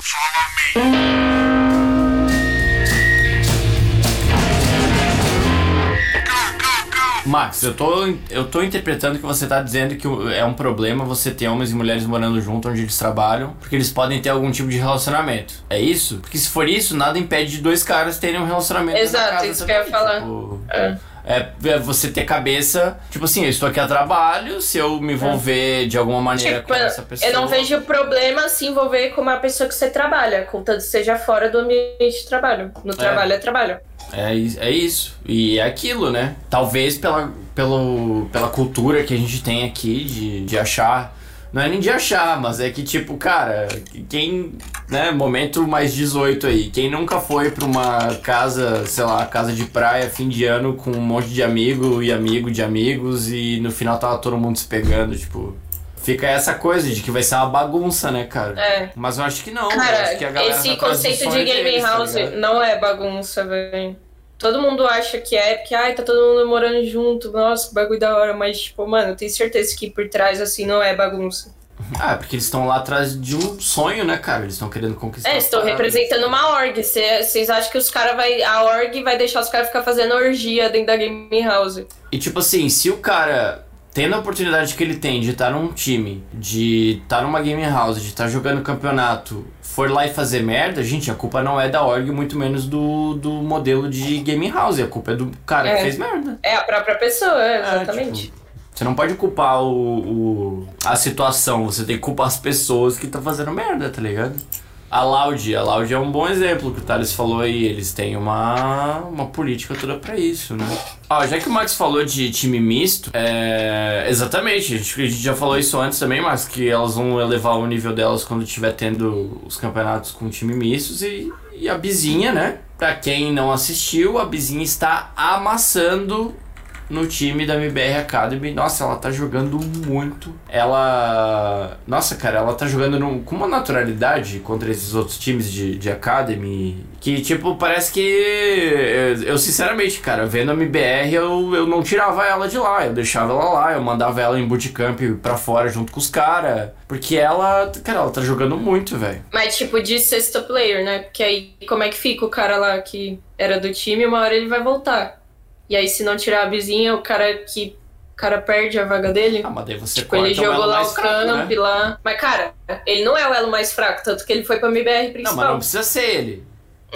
[SPEAKER 3] Max, eu tô, eu tô interpretando que você tá dizendo que é um problema você ter homens e mulheres morando junto onde eles trabalham, porque eles podem ter algum tipo de relacionamento. É isso? Porque se for isso, nada impede de dois caras terem um relacionamento
[SPEAKER 4] Exato,
[SPEAKER 3] na casa
[SPEAKER 4] isso que
[SPEAKER 3] também,
[SPEAKER 4] eu ia falar.
[SPEAKER 3] tipo,
[SPEAKER 4] É.
[SPEAKER 3] é, é você ter cabeça, tipo assim, eu estou aqui a trabalho, se eu me envolver de alguma maneira
[SPEAKER 4] Tipo,
[SPEAKER 3] é com essa pessoa.
[SPEAKER 4] eu não vejo problema se envolver com uma pessoa que você trabalha, contanto que seja fora do ambiente de trabalho. No trabalho é trabalho.
[SPEAKER 3] É, i- é isso. E é aquilo, né? Talvez pela, pelo, pela cultura que a gente tem aqui de, de achar. Não é nem de achar, mas é que, tipo, cara, quem. Né, momento mais 18 aí. Quem nunca foi pra uma casa, sei lá, casa de praia, fim de ano, com um monte de amigo e amigo de amigos e no final tava todo mundo se pegando, tipo. Fica essa coisa de que vai ser uma bagunça, né, cara?
[SPEAKER 4] É.
[SPEAKER 3] Mas eu acho que não. eu
[SPEAKER 4] Cara,
[SPEAKER 3] acho que a galera
[SPEAKER 4] esse
[SPEAKER 3] tá atrás do
[SPEAKER 4] conceito de
[SPEAKER 3] sonho
[SPEAKER 4] gaming
[SPEAKER 3] deles, tá
[SPEAKER 4] house
[SPEAKER 3] ligado?
[SPEAKER 4] não é bagunça, velho. Todo mundo acha que é, porque ai, tá todo mundo morando junto, nossa, que bagulho da hora, mas tipo, mano, eu tenho certeza que por trás assim não é bagunça.
[SPEAKER 3] Ah, porque eles estão lá atrás de um sonho, né, cara? Eles estão querendo conquistar.
[SPEAKER 4] É, estou
[SPEAKER 3] a parada.
[SPEAKER 4] representando uma org. Vocês acham que os caras vai. A org vai deixar os caras ficar fazendo orgia dentro da Game House?
[SPEAKER 3] E tipo assim, se o cara, tendo a oportunidade que ele tem de estar num time, de estar numa game house, de estar jogando campeonato, for lá e fazer merda, gente, a culpa não é da org, muito menos do, do modelo de game house. A culpa é do cara que
[SPEAKER 4] É.
[SPEAKER 3] fez merda.
[SPEAKER 4] É a própria pessoa, é,
[SPEAKER 3] É,
[SPEAKER 4] exatamente.
[SPEAKER 3] tipo, você não pode culpar o, o- a situação, você tem que culpar as pessoas que estão fazendo merda, tá ligado? A Loud, a Loud é um bom exemplo que o Thales falou aí, eles têm uma, uma política toda pra isso, né? Ó, já que o Max falou de time misto, é. Exatamente, a gente, a gente já falou isso antes também, mas que elas vão elevar o nível delas quando tiver tendo os campeonatos com time mistos e, e a Bizinha, né? Pra quem não assistiu, a Bizinha está amassando no time da MBR Academy. Nossa, ela tá jogando muito. Ela. Nossa, cara, ela tá jogando num- com uma naturalidade contra esses outros times de, de Academy. Que, tipo, parece que. Eu, eu, sinceramente, cara, vendo a MBR, eu, eu não tirava ela de lá. Eu deixava ela lá, eu mandava ela em bootcamp pra fora junto com os caras. Porque ela. Cara, ela tá jogando muito, velho.
[SPEAKER 4] Mas tipo de sexto player, né? Porque aí como é que fica o cara lá que era do time, uma hora ele vai voltar. E aí se não tirar a vizinha, o cara que o cara perde a vaga dele.
[SPEAKER 3] Ah, mas daí você
[SPEAKER 4] Tipo, ele
[SPEAKER 3] corta o
[SPEAKER 4] jogou
[SPEAKER 3] elo
[SPEAKER 4] lá
[SPEAKER 3] mais
[SPEAKER 4] o
[SPEAKER 3] fraco, né?
[SPEAKER 4] Canamp lá. Mas, cara, ele não é o elo mais fraco, tanto que ele foi pra MBR
[SPEAKER 3] Não, mas não
[SPEAKER 4] principal.
[SPEAKER 3] precisa ser ele.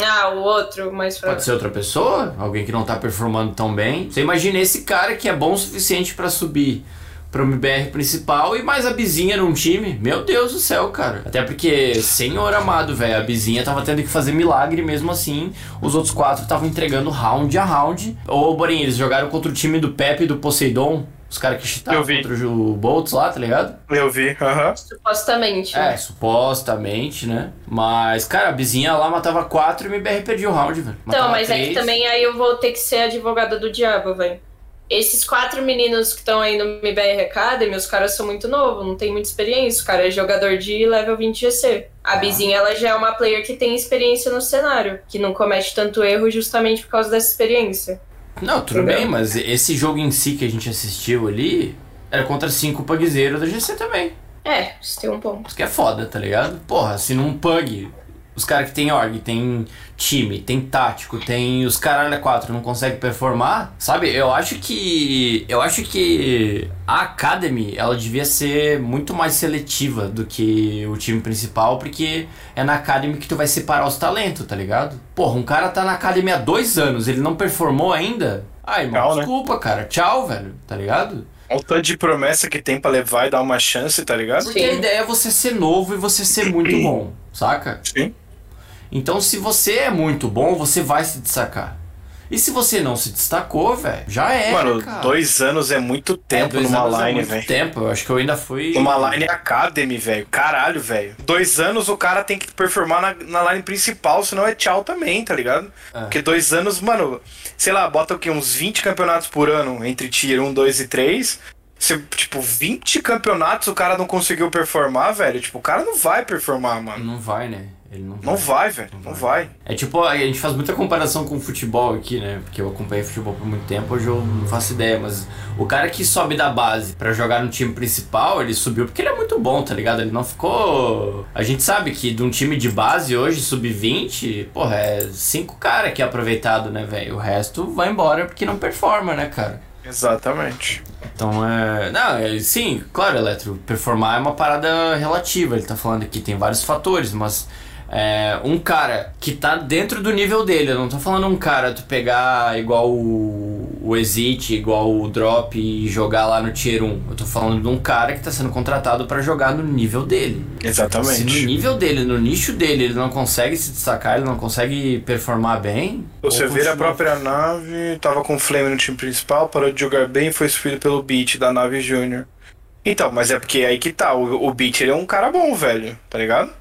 [SPEAKER 4] Ah, o outro mais fraco.
[SPEAKER 3] Pode ser outra pessoa, alguém que não tá performando tão bem. Você imagina esse cara que é bom o suficiente pra subir pro MBR principal e mais a Bizinha num time. Meu Deus do céu, cara. Até porque, senhor amado, velho, a Bizinha tava tendo que fazer milagre mesmo assim. Os outros quatro estavam entregando round a round. Ô, Borinho, eles jogaram contra o time do Pepe e do Poseidon. Os caras que chitaram
[SPEAKER 5] Eu vi.
[SPEAKER 3] contra o Boltz lá, tá ligado?
[SPEAKER 5] Eu vi, aham.
[SPEAKER 4] Supostamente.
[SPEAKER 3] É,
[SPEAKER 4] né?
[SPEAKER 3] supostamente, né? Mas, cara, a Bizinha lá matava quatro e o MBR perdia o round, velho.
[SPEAKER 4] Então,
[SPEAKER 3] Matava
[SPEAKER 4] mas é que
[SPEAKER 3] três.
[SPEAKER 4] também aí eu vou ter que ser advogada do diabo, velho. Esses quatro meninos que estão aí no MBR Academy, os caras são muito novos, não tem muita experiência. O cara é jogador de level 20 GC.
[SPEAKER 3] Tá.
[SPEAKER 4] A Bizinha, ela já é uma player que tem experiência no cenário, que não comete tanto erro justamente por causa dessa experiência.
[SPEAKER 3] Não, tudo
[SPEAKER 4] Entendeu?
[SPEAKER 3] bem, mas esse jogo em si que a gente assistiu ali era contra cinco paguezeiros da GC também.
[SPEAKER 4] É, você tem um ponto.
[SPEAKER 3] Isso que é foda, tá ligado? Porra, se num pug, os caras que tem org, tem time, tem tático, tem os caralho a quatro não consegue performar, sabe? Eu acho que eu acho que a academy, ela devia ser muito mais seletiva do que o time principal, porque é na academy que tu vai separar os talentos, tá ligado? Porra, um cara tá na academy há dois anos, ele não performou ainda? Ai, irmão,
[SPEAKER 5] Tchau, né?
[SPEAKER 3] desculpa, cara. Tchau, velho, tá ligado?
[SPEAKER 5] Olha o tanto de promessa que tem pra levar e dar uma chance, tá ligado?
[SPEAKER 3] Porque a ideia é você ser novo e você ser muito bom, saca?
[SPEAKER 5] Sim.
[SPEAKER 3] Então, se você é muito bom, você vai se destacar. E se você não se destacou, velho, já é.
[SPEAKER 5] Mano,
[SPEAKER 3] cara.
[SPEAKER 5] dois anos é muito
[SPEAKER 3] É,
[SPEAKER 5] tempo
[SPEAKER 3] dois anos
[SPEAKER 5] numa
[SPEAKER 3] é
[SPEAKER 5] line,
[SPEAKER 3] muito
[SPEAKER 5] velho.
[SPEAKER 3] tempo, eu acho que eu ainda fui.
[SPEAKER 5] Numa line academy, velho. Caralho, velho. Dois anos o cara tem que performar na, na line principal, senão é tchau também, tá ligado?
[SPEAKER 3] É.
[SPEAKER 5] Porque dois anos, mano, sei lá, bota o quê? Uns 20 campeonatos por ano entre tier 1, 2 e 3. Se, tipo, 20 campeonatos o cara não conseguiu performar, velho. Tipo, o cara não vai performar, mano.
[SPEAKER 3] Não vai, né? Ele não vai.
[SPEAKER 5] é Não vai, velho. Não vai.
[SPEAKER 3] É tipo, a gente faz muita comparação com o futebol aqui, né? Porque eu acompanhei futebol por muito tempo, hoje eu não faço ideia, mas o cara que sobe da base pra jogar no time principal, ele subiu porque ele é muito bom, tá ligado? Ele não ficou. A gente sabe que de um time de base hoje, sub-20, porra, é cinco caras que é aproveitado, né, velho? O resto vai embora porque não performa, né, cara?
[SPEAKER 5] Exatamente.
[SPEAKER 3] Então é. Não, é- sim, claro, Eletro, performar é uma parada relativa. Ele tá falando aqui, tem vários fatores, mas é, um cara que tá dentro do nível dele, eu não tô falando um cara tu pegar igual o, o Exit, igual o Drop e jogar lá no Tier 1. Eu tô falando de um cara que tá sendo contratado pra jogar no nível dele. Se no
[SPEAKER 5] Exatamente.
[SPEAKER 3] nível dele, no nicho dele, ele não consegue se destacar, ele não consegue performar bem.
[SPEAKER 5] O Severo,
[SPEAKER 3] ou
[SPEAKER 5] a própria nave, tava com o Flame no time principal, parou de jogar bem e foi subido pelo Beat da nave Júnior. Então, mas é porque aí que tá, o, o Beat ele é um cara bom, velho, tá ligado?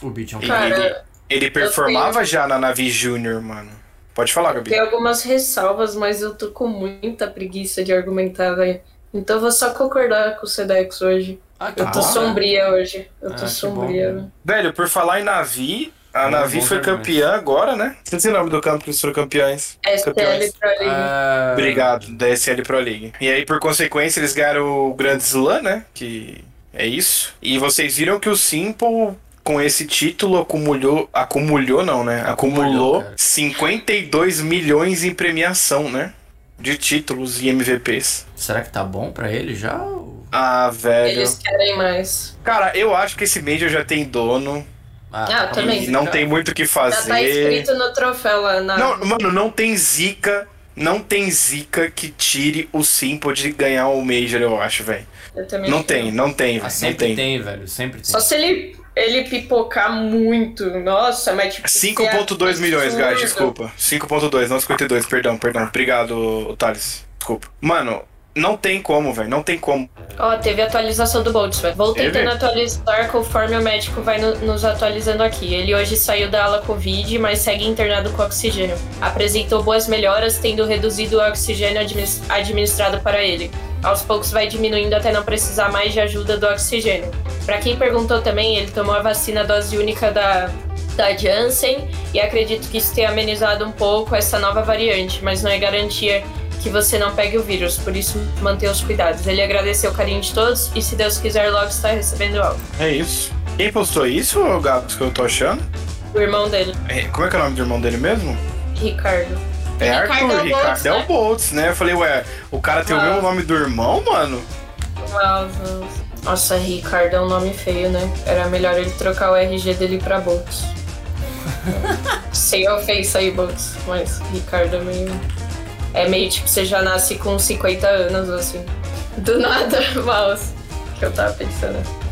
[SPEAKER 3] continua- O Beat é um
[SPEAKER 5] E
[SPEAKER 3] cara.
[SPEAKER 5] ele,
[SPEAKER 4] Cara,
[SPEAKER 5] ele performava já na nave Júnior, mano. Pode falar, Gabi.
[SPEAKER 4] Tem algumas ressalvas, mas eu tô com muita preguiça de argumentar, velho. Então eu vou só concordar com o Sedex hoje.
[SPEAKER 3] Ah, que
[SPEAKER 4] Eu tô
[SPEAKER 3] bom, né?
[SPEAKER 4] sombria hoje. Eu
[SPEAKER 3] Ah,
[SPEAKER 4] tô
[SPEAKER 3] que
[SPEAKER 4] sombria.
[SPEAKER 3] bom.
[SPEAKER 4] né?
[SPEAKER 5] Velho, por falar em Navi, a
[SPEAKER 3] Bom,
[SPEAKER 5] Navi
[SPEAKER 3] bom
[SPEAKER 5] foi
[SPEAKER 3] argumento.
[SPEAKER 5] campeã agora, né? Não sei o nome do campo que eles foram campeões.
[SPEAKER 4] STL
[SPEAKER 5] Campeões.
[SPEAKER 4] Pro League.
[SPEAKER 3] Ah,
[SPEAKER 5] Obrigado, da SL Pro League. E aí, por consequência, eles ganharam o Grand Slam, né? Que é isso. E vocês viram que o Simple, com esse título, acumulou. Acumulou, não, né?
[SPEAKER 3] Acumulou,
[SPEAKER 5] Acumulou
[SPEAKER 3] cara.
[SPEAKER 5] 52 milhões em premiação, né? De títulos e MVPs.
[SPEAKER 3] Será que tá bom pra ele já? ou-
[SPEAKER 5] Ah, velho.
[SPEAKER 4] Eles querem mais.
[SPEAKER 5] Cara, eu acho que esse Major já tem dono.
[SPEAKER 3] tá
[SPEAKER 4] Ah, também.
[SPEAKER 5] E não
[SPEAKER 3] já.
[SPEAKER 5] tem muito o que
[SPEAKER 4] Já tá
[SPEAKER 5] fazer.
[SPEAKER 4] escrito no troféu lá na.
[SPEAKER 5] Não, mano, não tem zica. Não tem zica que tire o Simple de ganhar o Major, eu acho, velho.
[SPEAKER 4] Eu também
[SPEAKER 5] Não
[SPEAKER 4] acho.
[SPEAKER 5] tem, não tem,
[SPEAKER 3] Ah,
[SPEAKER 5] velho. Não
[SPEAKER 3] sempre tem.
[SPEAKER 5] tem.
[SPEAKER 3] velho. Sempre tem.
[SPEAKER 4] Só se ele, ele pipocar muito. Nossa, mas tipo. se é
[SPEAKER 5] 5.2 milhões,
[SPEAKER 4] absurdo.
[SPEAKER 5] guys, desculpa. 5.2, não 52, perdão, perdão. Obrigado, Thales. Desculpa. Mano, não tem como, velho. Não tem como.
[SPEAKER 4] Ó, teve atualização do Boltz, velho. Vou
[SPEAKER 5] Teve?
[SPEAKER 4] tentando atualizar conforme o médico vai no- nos atualizando aqui. Ele hoje saiu da ala Covid, mas segue internado com oxigênio. Apresentou boas melhoras, tendo reduzido o oxigênio admis- administrado para ele. Aos poucos vai diminuindo até não precisar mais de ajuda do oxigênio. Pra quem perguntou também, ele tomou a vacina dose única da, da Janssen e acredito que isso tenha amenizado um pouco essa nova variante, mas não é garantia que você não pegue o vírus, por isso mantenha os cuidados. Ele agradeceu o carinho de todos e se Deus quiser logo está recebendo algo.
[SPEAKER 5] É isso. Quem postou isso, ô, Gabs, que eu tô achando?
[SPEAKER 4] O irmão dele,
[SPEAKER 5] É, Como é que é o nome do irmão dele mesmo?
[SPEAKER 4] Ricardo.
[SPEAKER 5] É
[SPEAKER 4] Ricardo é
[SPEAKER 5] Arthur,
[SPEAKER 4] o Boltz,
[SPEAKER 5] Ricardo é
[SPEAKER 4] né?
[SPEAKER 5] o Boltz, né? Eu falei, ué, o cara tem o
[SPEAKER 4] Ah.
[SPEAKER 5] mesmo nome do irmão, mano?
[SPEAKER 4] Nossa, Nossa, Ricardo é um nome feio, né? Era melhor ele trocar o RG dele pra [LAUGHS] Boltz. Sem ofensa aí, Boltz, mas Ricardo é meio. É meio tipo, você já [LAUGHS] nasce com 50 anos, assim. Do nada, mouse. Que eu tava pensando.